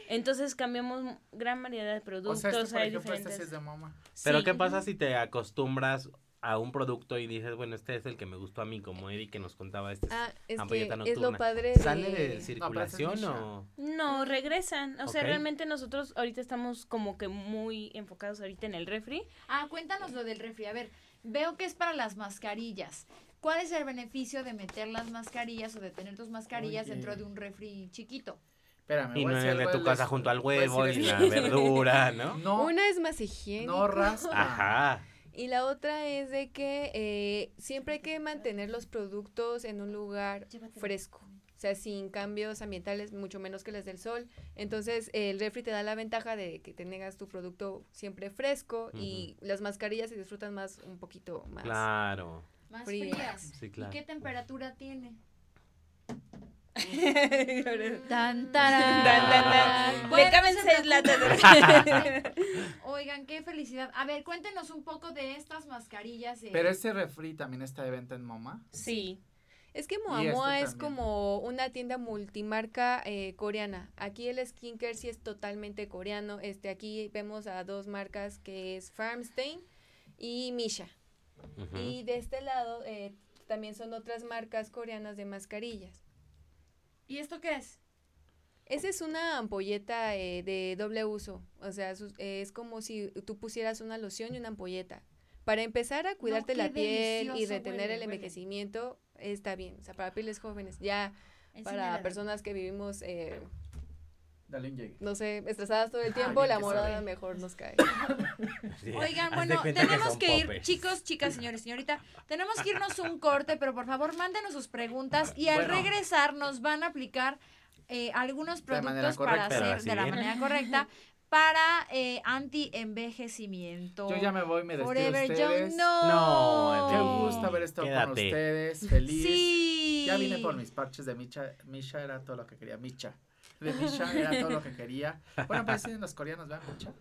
Speaker 6: Entonces cambiamos gran variedad de
Speaker 3: O
Speaker 6: productos.
Speaker 3: sea, este, por
Speaker 6: hay
Speaker 3: ejemplo, este
Speaker 6: diferentes.
Speaker 3: sí es de mamá.
Speaker 2: Pero
Speaker 6: Sí.
Speaker 2: ¿qué pasa si te acostumbras a un producto y dices, bueno, este es el que me gustó a mí, como Eddie que nos contaba este?
Speaker 5: Ah, es que
Speaker 2: Ampolleta
Speaker 5: es lo
Speaker 2: nocturna.
Speaker 5: padre
Speaker 2: ¿Sale de circulación
Speaker 3: Misha.
Speaker 2: o...?
Speaker 6: No, regresan. O sea,
Speaker 2: Ok.
Speaker 6: realmente nosotros ahorita estamos como que muy enfocados ahorita en el refri.
Speaker 1: Ah, cuéntanos lo del refri. A ver, veo que es para las mascarillas. ¿Cuál es el beneficio de meter las mascarillas o de tener tus mascarillas
Speaker 3: Oye.
Speaker 1: dentro de un refri chiquito?
Speaker 3: Espérame.
Speaker 2: Y
Speaker 3: voy a
Speaker 2: no en
Speaker 3: decir
Speaker 2: el de
Speaker 3: algo
Speaker 2: tu casa
Speaker 3: les-
Speaker 2: junto al
Speaker 3: voy a decir
Speaker 2: huevo y la
Speaker 3: esto.
Speaker 2: verdura, ¿no?
Speaker 3: No,
Speaker 5: Una es más higiénica.
Speaker 3: no raspa.
Speaker 2: Ajá.
Speaker 5: Y la otra es de que eh, siempre hay que mantener los productos en un lugar
Speaker 1: Llévatelo.
Speaker 5: fresco, o sea, sin cambios ambientales, mucho menos que las del sol. Entonces, el refri te da la ventaja de que tengas tu producto siempre fresco y las mascarillas se disfrutan más, un poquito más.
Speaker 2: Claro.
Speaker 1: Más
Speaker 5: Frías.
Speaker 1: frías.
Speaker 2: Sí, claro.
Speaker 1: ¿Y qué temperatura tiene? Mm.
Speaker 5: Tan,
Speaker 6: Mm.
Speaker 1: Tan,
Speaker 5: tarán.
Speaker 6: Tan, tan,
Speaker 1: tarán.
Speaker 6: tan.
Speaker 1: Bueno,
Speaker 6: Le caben
Speaker 1: no se
Speaker 6: seis latas
Speaker 1: preocupen. Oigan, qué felicidad. A ver, cuéntenos un poco de estas mascarillas. de-
Speaker 3: Pero este refri también está de venta en MoMA.
Speaker 6: Sí.
Speaker 5: Es que
Speaker 3: este
Speaker 5: Moamoa es
Speaker 3: también.
Speaker 5: como una tienda multimarca eh, coreana. Aquí el skincare sí es totalmente coreano. Este, aquí vemos a dos marcas que es Farmstein y Misha.
Speaker 2: Ujú.
Speaker 5: Y de este lado eh, también son otras marcas coreanas de mascarillas.
Speaker 1: ¿Y esto qué es?
Speaker 5: Esa es una ampolleta eh, de doble uso. O sea, sus- eh, es como si tú pusieras una loción y una ampolleta. Para empezar a cuidarte
Speaker 1: qué
Speaker 5: la piel y
Speaker 1: delicioso
Speaker 5: retener
Speaker 1: huele,
Speaker 5: el
Speaker 1: huele.
Speaker 5: envejecimiento, está bien. O sea, para pieles jóvenes. Ya
Speaker 1: Enséñala.
Speaker 5: para personas que vivimos, eh,
Speaker 3: Dale un llegue.
Speaker 5: no sé, estresadas todo el tiempo,
Speaker 3: bien
Speaker 5: la
Speaker 3: que
Speaker 5: morada
Speaker 3: sabe.
Speaker 5: mejor nos cae.
Speaker 2: Sí, haz
Speaker 1: Oigan,
Speaker 2: de
Speaker 1: bueno,
Speaker 2: cuenta
Speaker 1: tenemos
Speaker 2: son
Speaker 1: que, ir,
Speaker 2: poppers.
Speaker 1: chicos, chicas, señores, señorita, tenemos que irnos un corte, pero por favor mándenos sus preguntas y al
Speaker 3: Bueno.
Speaker 1: regresar nos van a aplicar eh, algunos
Speaker 3: De manera
Speaker 1: productos para
Speaker 3: correcta.
Speaker 2: Pero
Speaker 1: hacer
Speaker 2: así
Speaker 1: de la
Speaker 2: bien.
Speaker 1: manera correcta para eh, anti-envejecimiento.
Speaker 3: Yo ya me voy, me despido de
Speaker 1: Forever
Speaker 3: ustedes.
Speaker 1: Young,
Speaker 2: No,
Speaker 1: no.
Speaker 3: Qué
Speaker 2: Sí.
Speaker 3: gusto haber estado con
Speaker 2: Quédate.
Speaker 3: ustedes. Feliz.
Speaker 1: Sí.
Speaker 3: Ya vine por mis parches de Micha. Micha era todo lo que quería. Micha. De Micha era todo lo que quería. Bueno, parecen los coreanos, ¿verdad? Micha.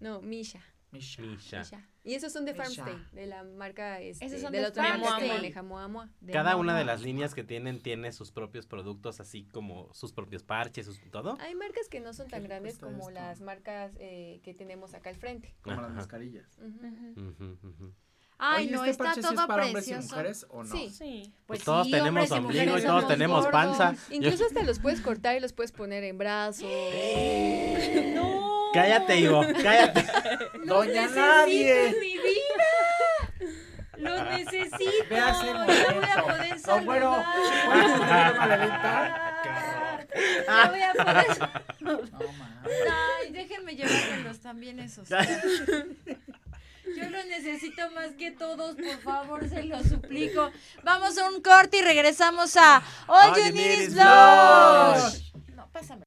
Speaker 5: No, Misha.
Speaker 3: Misha.
Speaker 2: Misha.
Speaker 5: Misha. Y esos son de
Speaker 3: Misha.
Speaker 5: Farmstein, de la marca este,
Speaker 1: Esos son
Speaker 5: de
Speaker 1: de
Speaker 5: la otra marca que
Speaker 6: Farmstein.
Speaker 5: maneja Moamoa.
Speaker 1: De
Speaker 2: Cada una
Speaker 1: mamá.
Speaker 2: de las líneas que tienen tiene sus propios productos, así como sus propios parches, sus todo.
Speaker 5: Hay marcas que no son
Speaker 3: Qué
Speaker 5: tan
Speaker 3: rico
Speaker 5: grandes
Speaker 3: está
Speaker 5: como
Speaker 3: esto.
Speaker 5: las marcas eh, que tenemos acá al frente.
Speaker 3: Como las
Speaker 2: Ajá.
Speaker 3: mascarillas.
Speaker 5: Ujú.
Speaker 6: Ujú.
Speaker 2: Ujú, ujú.
Speaker 1: Ay,
Speaker 3: Oye,
Speaker 1: no,
Speaker 3: ¿este
Speaker 1: está
Speaker 3: parche sí
Speaker 1: todo
Speaker 3: es para
Speaker 1: precioso.
Speaker 3: hombres y mujeres o no?
Speaker 5: Sí.
Speaker 6: Sí.
Speaker 2: Pues todos tenemos
Speaker 1: hombres
Speaker 2: ombligo y
Speaker 1: mujeres
Speaker 2: todos
Speaker 1: somos
Speaker 2: tenemos
Speaker 1: gordos.
Speaker 2: panza. Yo-
Speaker 5: Incluso hasta los puedes cortar y los puedes poner en brazos.
Speaker 6: ¡No!
Speaker 2: Cállate, Ivo, cállate.
Speaker 3: Doña
Speaker 1: necesito en
Speaker 3: Nadie.
Speaker 1: mi vida! ¡Lo necesito!
Speaker 3: Ve a hacer
Speaker 1: ¡No voy a
Speaker 3: momento.
Speaker 1: poder
Speaker 3: No, bueno, ¿puedes poner una velita?
Speaker 1: saludar! ¡No voy a poder
Speaker 3: No, ma.
Speaker 1: Ay, déjenme llevármelos también esos. Yo los necesito más que todos, por favor, se los suplico. Vamos a un corte y regresamos a All You Need Is Blush. No, pásame.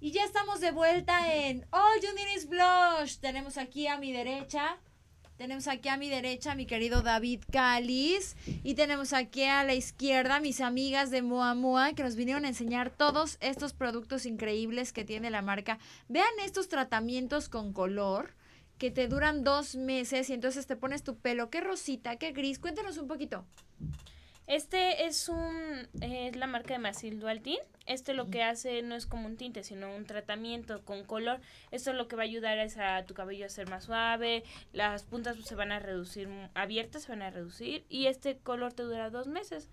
Speaker 1: Y ya estamos de vuelta en All You Need Is Blush. Tenemos aquí a mi derecha, tenemos aquí a mi derecha a mi querido David Cáliz y tenemos aquí a la izquierda mis amigas de Moa Moa que nos vinieron a enseñar todos estos productos increíbles que tiene la marca. Vean estos tratamientos con color que te duran dos meses y entonces te pones tu pelo, qué rosita, qué gris. Cuéntanos un poquito.
Speaker 6: Este es un eh, es la marca de Marcil Dualtin. Este lo que hace no es como un tinte, sino un tratamiento con color. Esto lo que va a ayudar es a tu cabello a ser más suave, las puntas se van a reducir mu- abiertas, se van a reducir y este color te dura dos meses.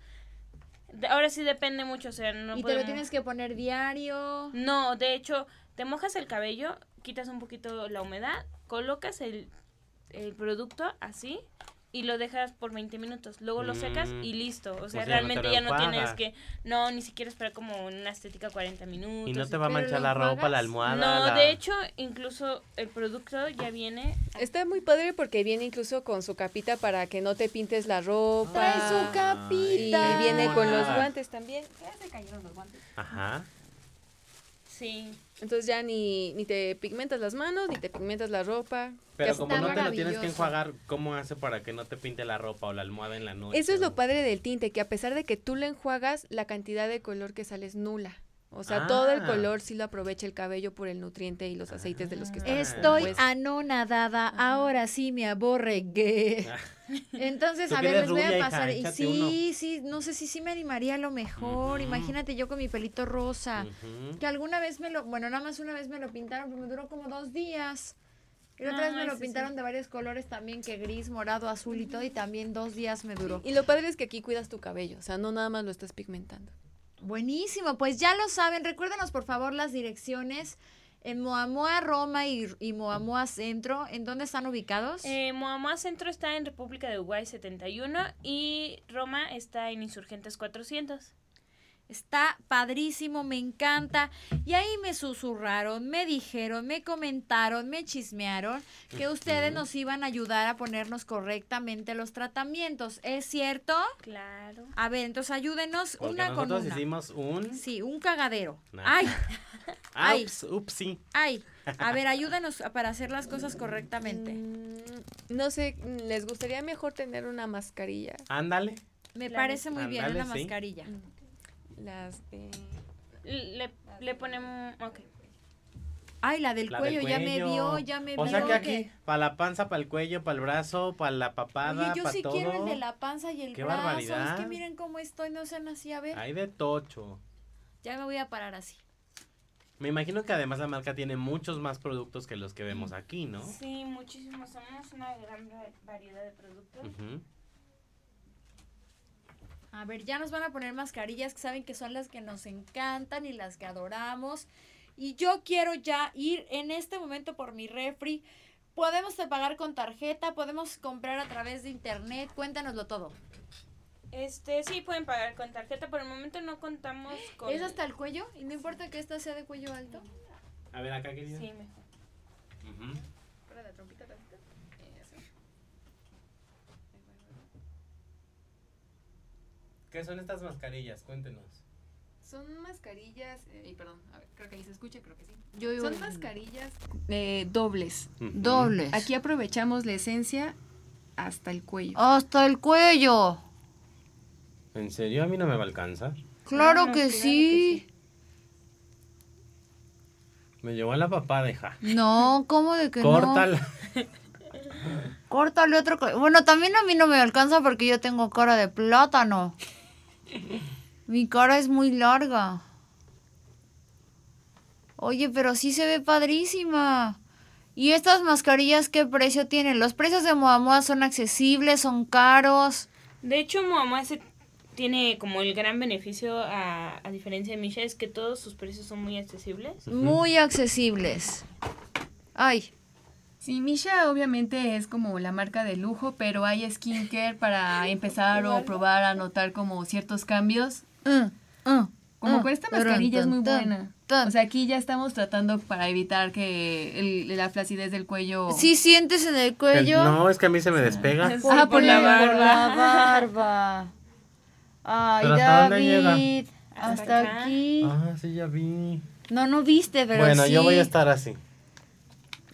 Speaker 6: De- ahora sí depende mucho, o sea, no
Speaker 1: y te lo
Speaker 6: podemos-
Speaker 1: tienes que poner diario.
Speaker 6: No, de hecho, te mojas el cabello, quitas un poquito la humedad, colocas el, el producto así, y lo dejas por 20 minutos. Luego lo secas
Speaker 2: Mm.
Speaker 6: y listo. O
Speaker 2: sea, ya no
Speaker 6: sea,
Speaker 2: te
Speaker 6: realmente
Speaker 2: lo
Speaker 6: ya no tienes
Speaker 2: enjuagas.
Speaker 6: que. No, ni siquiera esperar como una estética 40 minutos.
Speaker 2: Y no te va a
Speaker 5: pero
Speaker 2: manchar
Speaker 5: lo
Speaker 2: la ropa, la almohada.
Speaker 5: enjuagas.
Speaker 6: No,
Speaker 2: la-
Speaker 6: de hecho, incluso el producto ya viene.
Speaker 5: Está muy padre porque viene incluso con su capita para que no te pintes la ropa.
Speaker 1: Trae su
Speaker 5: y
Speaker 1: capita.
Speaker 5: viene con los
Speaker 2: Ah.
Speaker 5: guantes también.
Speaker 2: Ajá.
Speaker 6: Sí.
Speaker 5: Entonces ya ni, ni te pigmentas las manos, ni te pigmentas la ropa.
Speaker 2: Pero
Speaker 5: Está
Speaker 2: como no te lo tienes
Speaker 5: maravilloso.
Speaker 2: que enjuagar, ¿cómo hace para que no te pinte la ropa o la almohada en la noche?
Speaker 5: Eso es
Speaker 2: o-
Speaker 5: lo padre del tinte, que a pesar de que tú lo enjuagas, la cantidad de color que sale es nula. O sea, todo el
Speaker 2: Ah.
Speaker 5: color sí lo aprovecha el cabello por el nutriente y los aceites de los
Speaker 2: Ah.
Speaker 5: que está
Speaker 1: Estoy
Speaker 2: Pues
Speaker 5: compuesto.
Speaker 1: anonadada,
Speaker 5: Ajá.
Speaker 1: ahora sí me aborregué.
Speaker 2: Ah.
Speaker 1: Entonces,
Speaker 2: Tú
Speaker 1: a
Speaker 2: que
Speaker 1: ver, les
Speaker 2: eres
Speaker 1: voy a
Speaker 2: rubia, hija,
Speaker 1: pasar. y
Speaker 2: échate
Speaker 1: sí,
Speaker 2: uno.
Speaker 1: sí, no sé si sí me animaría a lo mejor.
Speaker 2: Ujú.
Speaker 1: Imagínate yo con mi pelito rosa.
Speaker 2: Ujú.
Speaker 1: Que alguna vez me lo, bueno, nada más una vez me lo pintaron, pero me duró como dos días. Y
Speaker 6: No,
Speaker 1: otra vez me lo
Speaker 6: ese sí.
Speaker 1: pintaron de varios colores también, que gris, morado, azul y todo, y también dos días me duró.
Speaker 5: Y lo padre es que aquí cuidas tu cabello, o sea, no nada más lo estás pigmentando.
Speaker 1: Buenísimo, pues ya lo saben. Recuérdanos por favor las direcciones en Moamoa Roma y, y Moamoa Centro. ¿En dónde están ubicados?
Speaker 6: Eh, Moamoa Centro está en República de Uruguay 71 y Roma está en Insurgentes 400.
Speaker 1: Está padrísimo, me encanta. Y ahí me susurraron, me dijeron, me comentaron, me chismearon que ustedes nos iban a ayudar a ponernos correctamente los tratamientos. ¿Es cierto?
Speaker 6: Claro.
Speaker 1: A ver, entonces ayúdenos
Speaker 2: Porque
Speaker 1: una con
Speaker 2: Pues nosotros
Speaker 1: una.
Speaker 2: hicimos un...
Speaker 1: Sí, un cagadero.
Speaker 2: Nah.
Speaker 1: Ay,
Speaker 2: Ah,
Speaker 1: Ay.
Speaker 2: ups, ups, sí.
Speaker 1: ay. A ver, ayúdenos a- para hacer las cosas correctamente.
Speaker 5: Mm, No sé, ¿les gustaría mejor tener una mascarilla?
Speaker 2: Ándale.
Speaker 1: Me
Speaker 6: Claro.
Speaker 1: parece muy bien
Speaker 2: Ándale,
Speaker 1: una
Speaker 2: sí.
Speaker 1: mascarilla.
Speaker 5: Las eh, de...
Speaker 6: Le, le ponemos... Ok.
Speaker 1: Ay, la del,
Speaker 2: La
Speaker 1: cuello,
Speaker 2: del
Speaker 1: ya me
Speaker 2: cuello.
Speaker 1: vio, ya me vio.
Speaker 2: O sea que aquí, para la panza, para el cuello, para el brazo, para la papada,
Speaker 1: Oye, yo
Speaker 2: para
Speaker 1: sí
Speaker 2: todo.
Speaker 1: quiero el de la panza y el
Speaker 2: Qué
Speaker 1: brazo. Es que
Speaker 2: barbaridad.
Speaker 1: miren cómo estoy, no sean así, a ver.
Speaker 2: Hay de tocho.
Speaker 1: Ya me voy a parar así.
Speaker 2: Me imagino que además la marca tiene muchos más productos que los que vemos aquí, ¿no?
Speaker 6: Sí, muchísimos. Somos una gran va- variedad de productos.
Speaker 2: Ujú.
Speaker 1: A ver, ya nos van a poner mascarillas que saben que son las que nos encantan y las que adoramos. Y yo quiero ya ir en este momento por mi refri. Podemos pagar con tarjeta, podemos comprar a través de internet. Cuéntanoslo todo.
Speaker 6: Este, sí, pueden pagar con tarjeta. Por el momento no contamos con...
Speaker 1: ¿Es hasta el cuello? ¿Y no importa que esta sea de cuello alto?
Speaker 2: A ver, acá, querida.
Speaker 6: Sí, mejor.
Speaker 2: Ujú. ¿Qué son estas mascarillas? Cuéntenos.
Speaker 5: Son mascarillas, eh, y perdón, creo que ahí se escucha, creo que sí.
Speaker 1: Yo
Speaker 5: Son mascarillas eh, dobles.
Speaker 1: dobles.
Speaker 5: Aquí aprovechamos la esencia hasta el cuello.
Speaker 1: Hasta el cuello.
Speaker 2: ¿En serio? A mí no me va a alcanzar.
Speaker 1: Claro
Speaker 5: Ah,
Speaker 1: que
Speaker 5: claro que
Speaker 1: sí.
Speaker 2: Me llevó a la papada, hija.
Speaker 1: No, ¿cómo de que
Speaker 2: Córtala.
Speaker 1: no? Córtale otro. co- Bueno, también a mí no me alcanza porque yo tengo cara de plátano. Mi cara es muy larga. Oye, pero sí se ve padrísima. ¿Y estas mascarillas qué precio tienen? Los precios de Moamoa son accesibles, son caros.
Speaker 6: De hecho, Moamá se tiene como el gran beneficio, a, a diferencia de Misha, es que todos sus precios son muy accesibles.
Speaker 1: Muy accesibles. Ay,
Speaker 7: Sí, Misha obviamente es como la marca de lujo, pero hay skincare para empezar o probar a notar como ciertos cambios.
Speaker 1: mm, mm,
Speaker 7: Como
Speaker 1: mm.
Speaker 7: con esta mascarilla es muy
Speaker 1: Tan,
Speaker 7: buena.
Speaker 1: tan.
Speaker 7: O sea, aquí ya estamos tratando para evitar que el- la flacidez del cuello...
Speaker 1: Sí sientes en el cuello.
Speaker 2: No, es que a mí se me despega.
Speaker 7: Ah, por la
Speaker 1: Por la barba. Ay,
Speaker 2: Pero ¿hasta dónde
Speaker 1: David. Hasta
Speaker 6: Hasta acá.
Speaker 1: aquí.
Speaker 2: Ah, sí, ya vi.
Speaker 1: No, no viste, pero
Speaker 2: bueno,
Speaker 1: sí.
Speaker 2: yo voy a estar así.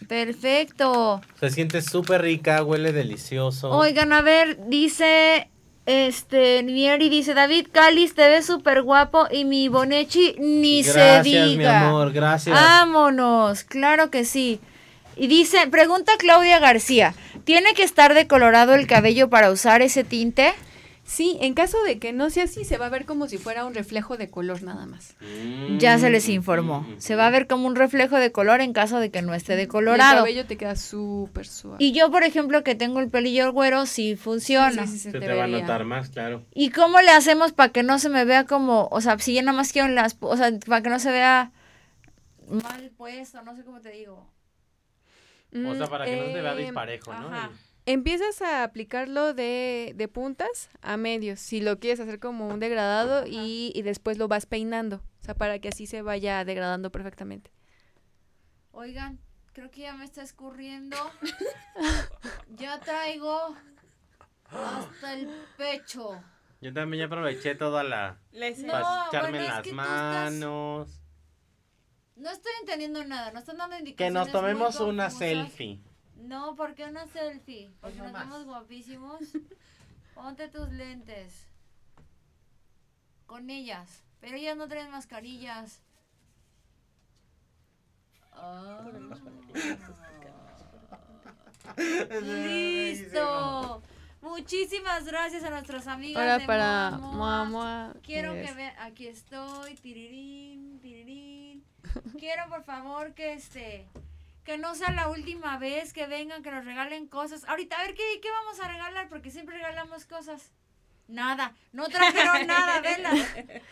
Speaker 1: Perfecto.
Speaker 2: Se siente súper rica, huele delicioso.
Speaker 1: Oigan, a ver, dice... Este, Mieri dice, David Calis, te ves súper guapo y mi Bonechi ni
Speaker 2: gracias,
Speaker 1: se diga. Ah,
Speaker 2: mi amor, gracias.
Speaker 1: Vámonos, claro que sí. Y dice, pregunta Claudia García, ¿tiene que estar decolorado el cabello para usar ese tinte?
Speaker 5: Sí, en caso de que no sea así, se va a ver como si fuera un reflejo de color nada más.
Speaker 2: Mm.
Speaker 1: Ya se les informó. Se va a ver como un reflejo de color en caso de que no esté
Speaker 5: El
Speaker 1: decolorado.
Speaker 5: cabello te queda súper suave.
Speaker 1: Y yo, por ejemplo, que tengo el pelillo güero, sí funciona.
Speaker 5: Sí, sí, sí,
Speaker 2: Se
Speaker 5: se
Speaker 2: te,
Speaker 5: te
Speaker 2: va a
Speaker 5: vería.
Speaker 2: notar más, claro.
Speaker 1: ¿Y cómo le hacemos para que no se me vea como, o sea, si yo nada más quiero las, o sea, para que no se vea mal puesto, no sé cómo te digo.
Speaker 2: O sea, para que no se te vea
Speaker 5: Mm, eh,
Speaker 2: disparejo, ¿no?
Speaker 1: Ajá.
Speaker 5: Empiezas a aplicarlo de, de puntas a medios, si lo quieres hacer como un degradado y, y después lo vas peinando, o sea, para que así se vaya degradando perfectamente.
Speaker 1: Oigan, creo que ya me está escurriendo. ya traigo hasta el pecho.
Speaker 2: Yo también ya aproveché toda la... para echarme
Speaker 1: bueno,
Speaker 2: en
Speaker 1: es
Speaker 2: las
Speaker 1: que tú estás-
Speaker 2: manos.
Speaker 1: No estoy entendiendo nada, nos están dando
Speaker 2: Que
Speaker 1: indicaciones.
Speaker 2: nos tomemos
Speaker 1: muy
Speaker 2: una
Speaker 1: confusas.
Speaker 2: selfie.
Speaker 1: No, ¿por qué una selfie? Porque
Speaker 3: no
Speaker 1: nos
Speaker 3: más.
Speaker 1: vemos guapísimos. Ponte tus lentes. Con ellas. Pero ellas no traen mascarillas. Ah. Listo. Muchísimas gracias a nuestras amigas.
Speaker 5: Ahora
Speaker 1: de
Speaker 5: para este,
Speaker 1: Moa Moa.
Speaker 5: Moa Moa,
Speaker 1: Quiero que
Speaker 5: es-
Speaker 1: vean, aquí estoy, tirirín, tirirín. Quiero por favor que este, que no sea la última vez que vengan, que nos regalen cosas. Ahorita, a ver, ¿qué, qué vamos a regalar? Porque siempre regalamos cosas. Nada, no trajeron nada, velas.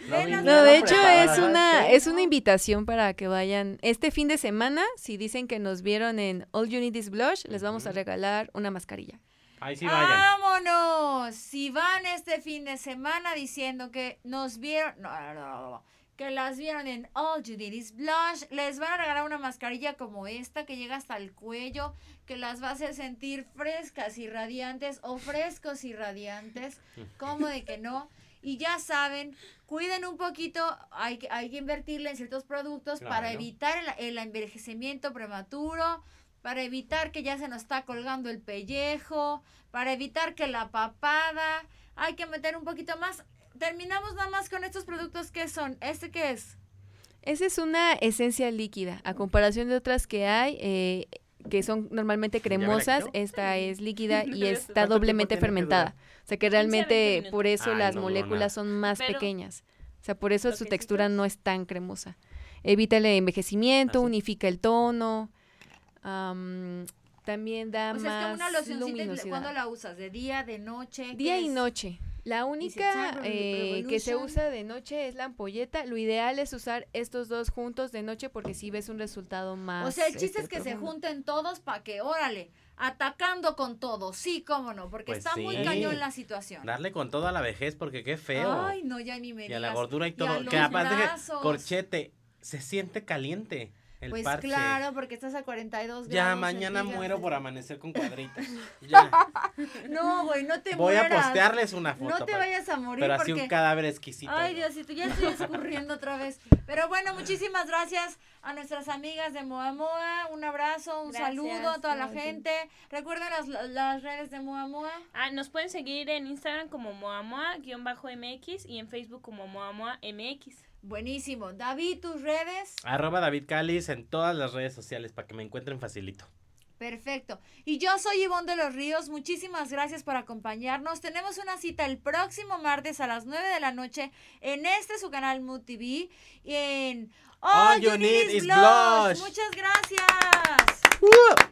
Speaker 1: velas
Speaker 5: No, de hecho
Speaker 2: preparada,
Speaker 5: es una, es una invitación para que vayan este fin de semana. Si dicen que nos vieron en All You Need Is Blush, les vamos a
Speaker 2: Ujú.
Speaker 5: regalar una mascarilla.
Speaker 2: Ahí
Speaker 1: Ah.
Speaker 2: sí vayan.
Speaker 1: ¡Vámonos! Si van este fin de semana diciendo que nos vieron, no, no, no, no, no, que las vieron en All You Did Is Blush, les van a regalar una mascarilla como esta que llega hasta el cuello, que las va a hacer sentir frescas y radiantes o frescos y radiantes, como de que no. Y ya saben, cuiden un poquito, hay que, hay que invertirle en ciertos productos para
Speaker 2: Claro.
Speaker 1: evitar el, el envejecimiento prematuro, para evitar que ya se nos está colgando el pellejo, para evitar que la papada, hay que meter un poquito más. Terminamos nada más con estos productos que son. ¿Este qué es?
Speaker 5: Esa es una esencia líquida, a comparación de otras que hay, eh, que son normalmente
Speaker 2: me la
Speaker 5: cremosas.
Speaker 2: quitó?
Speaker 5: Esta es líquida y está
Speaker 2: ¿Cuánto
Speaker 5: doblemente
Speaker 2: tiempo tiene que durar?
Speaker 5: fermentada. O sea que
Speaker 6: 20
Speaker 5: realmente
Speaker 6: minutos.
Speaker 5: por eso
Speaker 2: Ay,
Speaker 5: las
Speaker 2: no duró
Speaker 5: moléculas son más
Speaker 6: Pero-
Speaker 5: pequeñas. O sea, por eso su
Speaker 6: Ok,
Speaker 5: textura
Speaker 6: entonces-
Speaker 5: no es tan cremosa. Evita el envejecimiento,
Speaker 2: Así.
Speaker 5: unifica el tono. am, también da
Speaker 1: O
Speaker 5: más
Speaker 1: sea, es como una locioncita
Speaker 5: luminosidad.
Speaker 1: cuando la usas, de día, de noche.
Speaker 5: Día
Speaker 1: ¿Qué
Speaker 5: y
Speaker 1: es?
Speaker 5: noche. La única
Speaker 1: Cyber
Speaker 5: eh, que se
Speaker 1: Revolution.
Speaker 5: usa de noche es la ampolleta. Lo ideal es usar estos dos juntos de noche porque si ves un resultado más.
Speaker 1: O sea, el
Speaker 2: eh,
Speaker 1: chiste
Speaker 5: este,
Speaker 1: es que se
Speaker 5: profundo.
Speaker 1: junten todos para que, órale, atacando con todo. Sí, cómo no, porque
Speaker 2: Pues
Speaker 1: está muy
Speaker 2: sí.
Speaker 1: cañón la situación.
Speaker 2: Darle con toda la vejez porque qué feo.
Speaker 1: Ay, no, ya ni me
Speaker 2: y a la
Speaker 1: digas.
Speaker 2: gordura y
Speaker 1: Y a
Speaker 2: todo.
Speaker 1: los
Speaker 2: que aparte que
Speaker 1: brazos.
Speaker 2: corchete se siente caliente el
Speaker 1: Pues
Speaker 2: parche.
Speaker 1: claro, porque estás a 42
Speaker 2: Ya
Speaker 1: grados
Speaker 2: mañana
Speaker 1: centígrados.
Speaker 2: muero por amanecer con cuadritas. Ya.
Speaker 1: No, güey, no te
Speaker 2: Voy a
Speaker 1: mueras.
Speaker 2: postearles una foto.
Speaker 1: No te
Speaker 2: pa-
Speaker 1: vayas a morir
Speaker 2: pero así
Speaker 1: porque...
Speaker 2: un cadáver exquisito.
Speaker 1: Ay,
Speaker 2: ¿no?
Speaker 1: Diosito, ya estoy escurriendo otra vez. Pero bueno, muchísimas gracias a nuestras amigas de Moa Moa. Un abrazo, un
Speaker 6: Gracias,
Speaker 1: saludo a toda la
Speaker 5: gracias.
Speaker 1: gente. Recuerden las, las redes de Moa Moa.
Speaker 6: Ah, nos pueden seguir en Instagram como moamoa-mx y en Facebook como moamoa-mx.
Speaker 1: Buenísimo. David, tus redes.
Speaker 2: Arroba David Calis en todas las redes sociales para que me encuentren facilito.
Speaker 1: Perfecto. Y yo soy Ivonne de los Ríos. Muchísimas gracias por acompañarnos. Tenemos una cita el próximo martes a las 9 de la noche en este su canal Mood TV y en
Speaker 2: All You Need Is Blush.
Speaker 1: Muchas gracias.
Speaker 2: ¡Uh!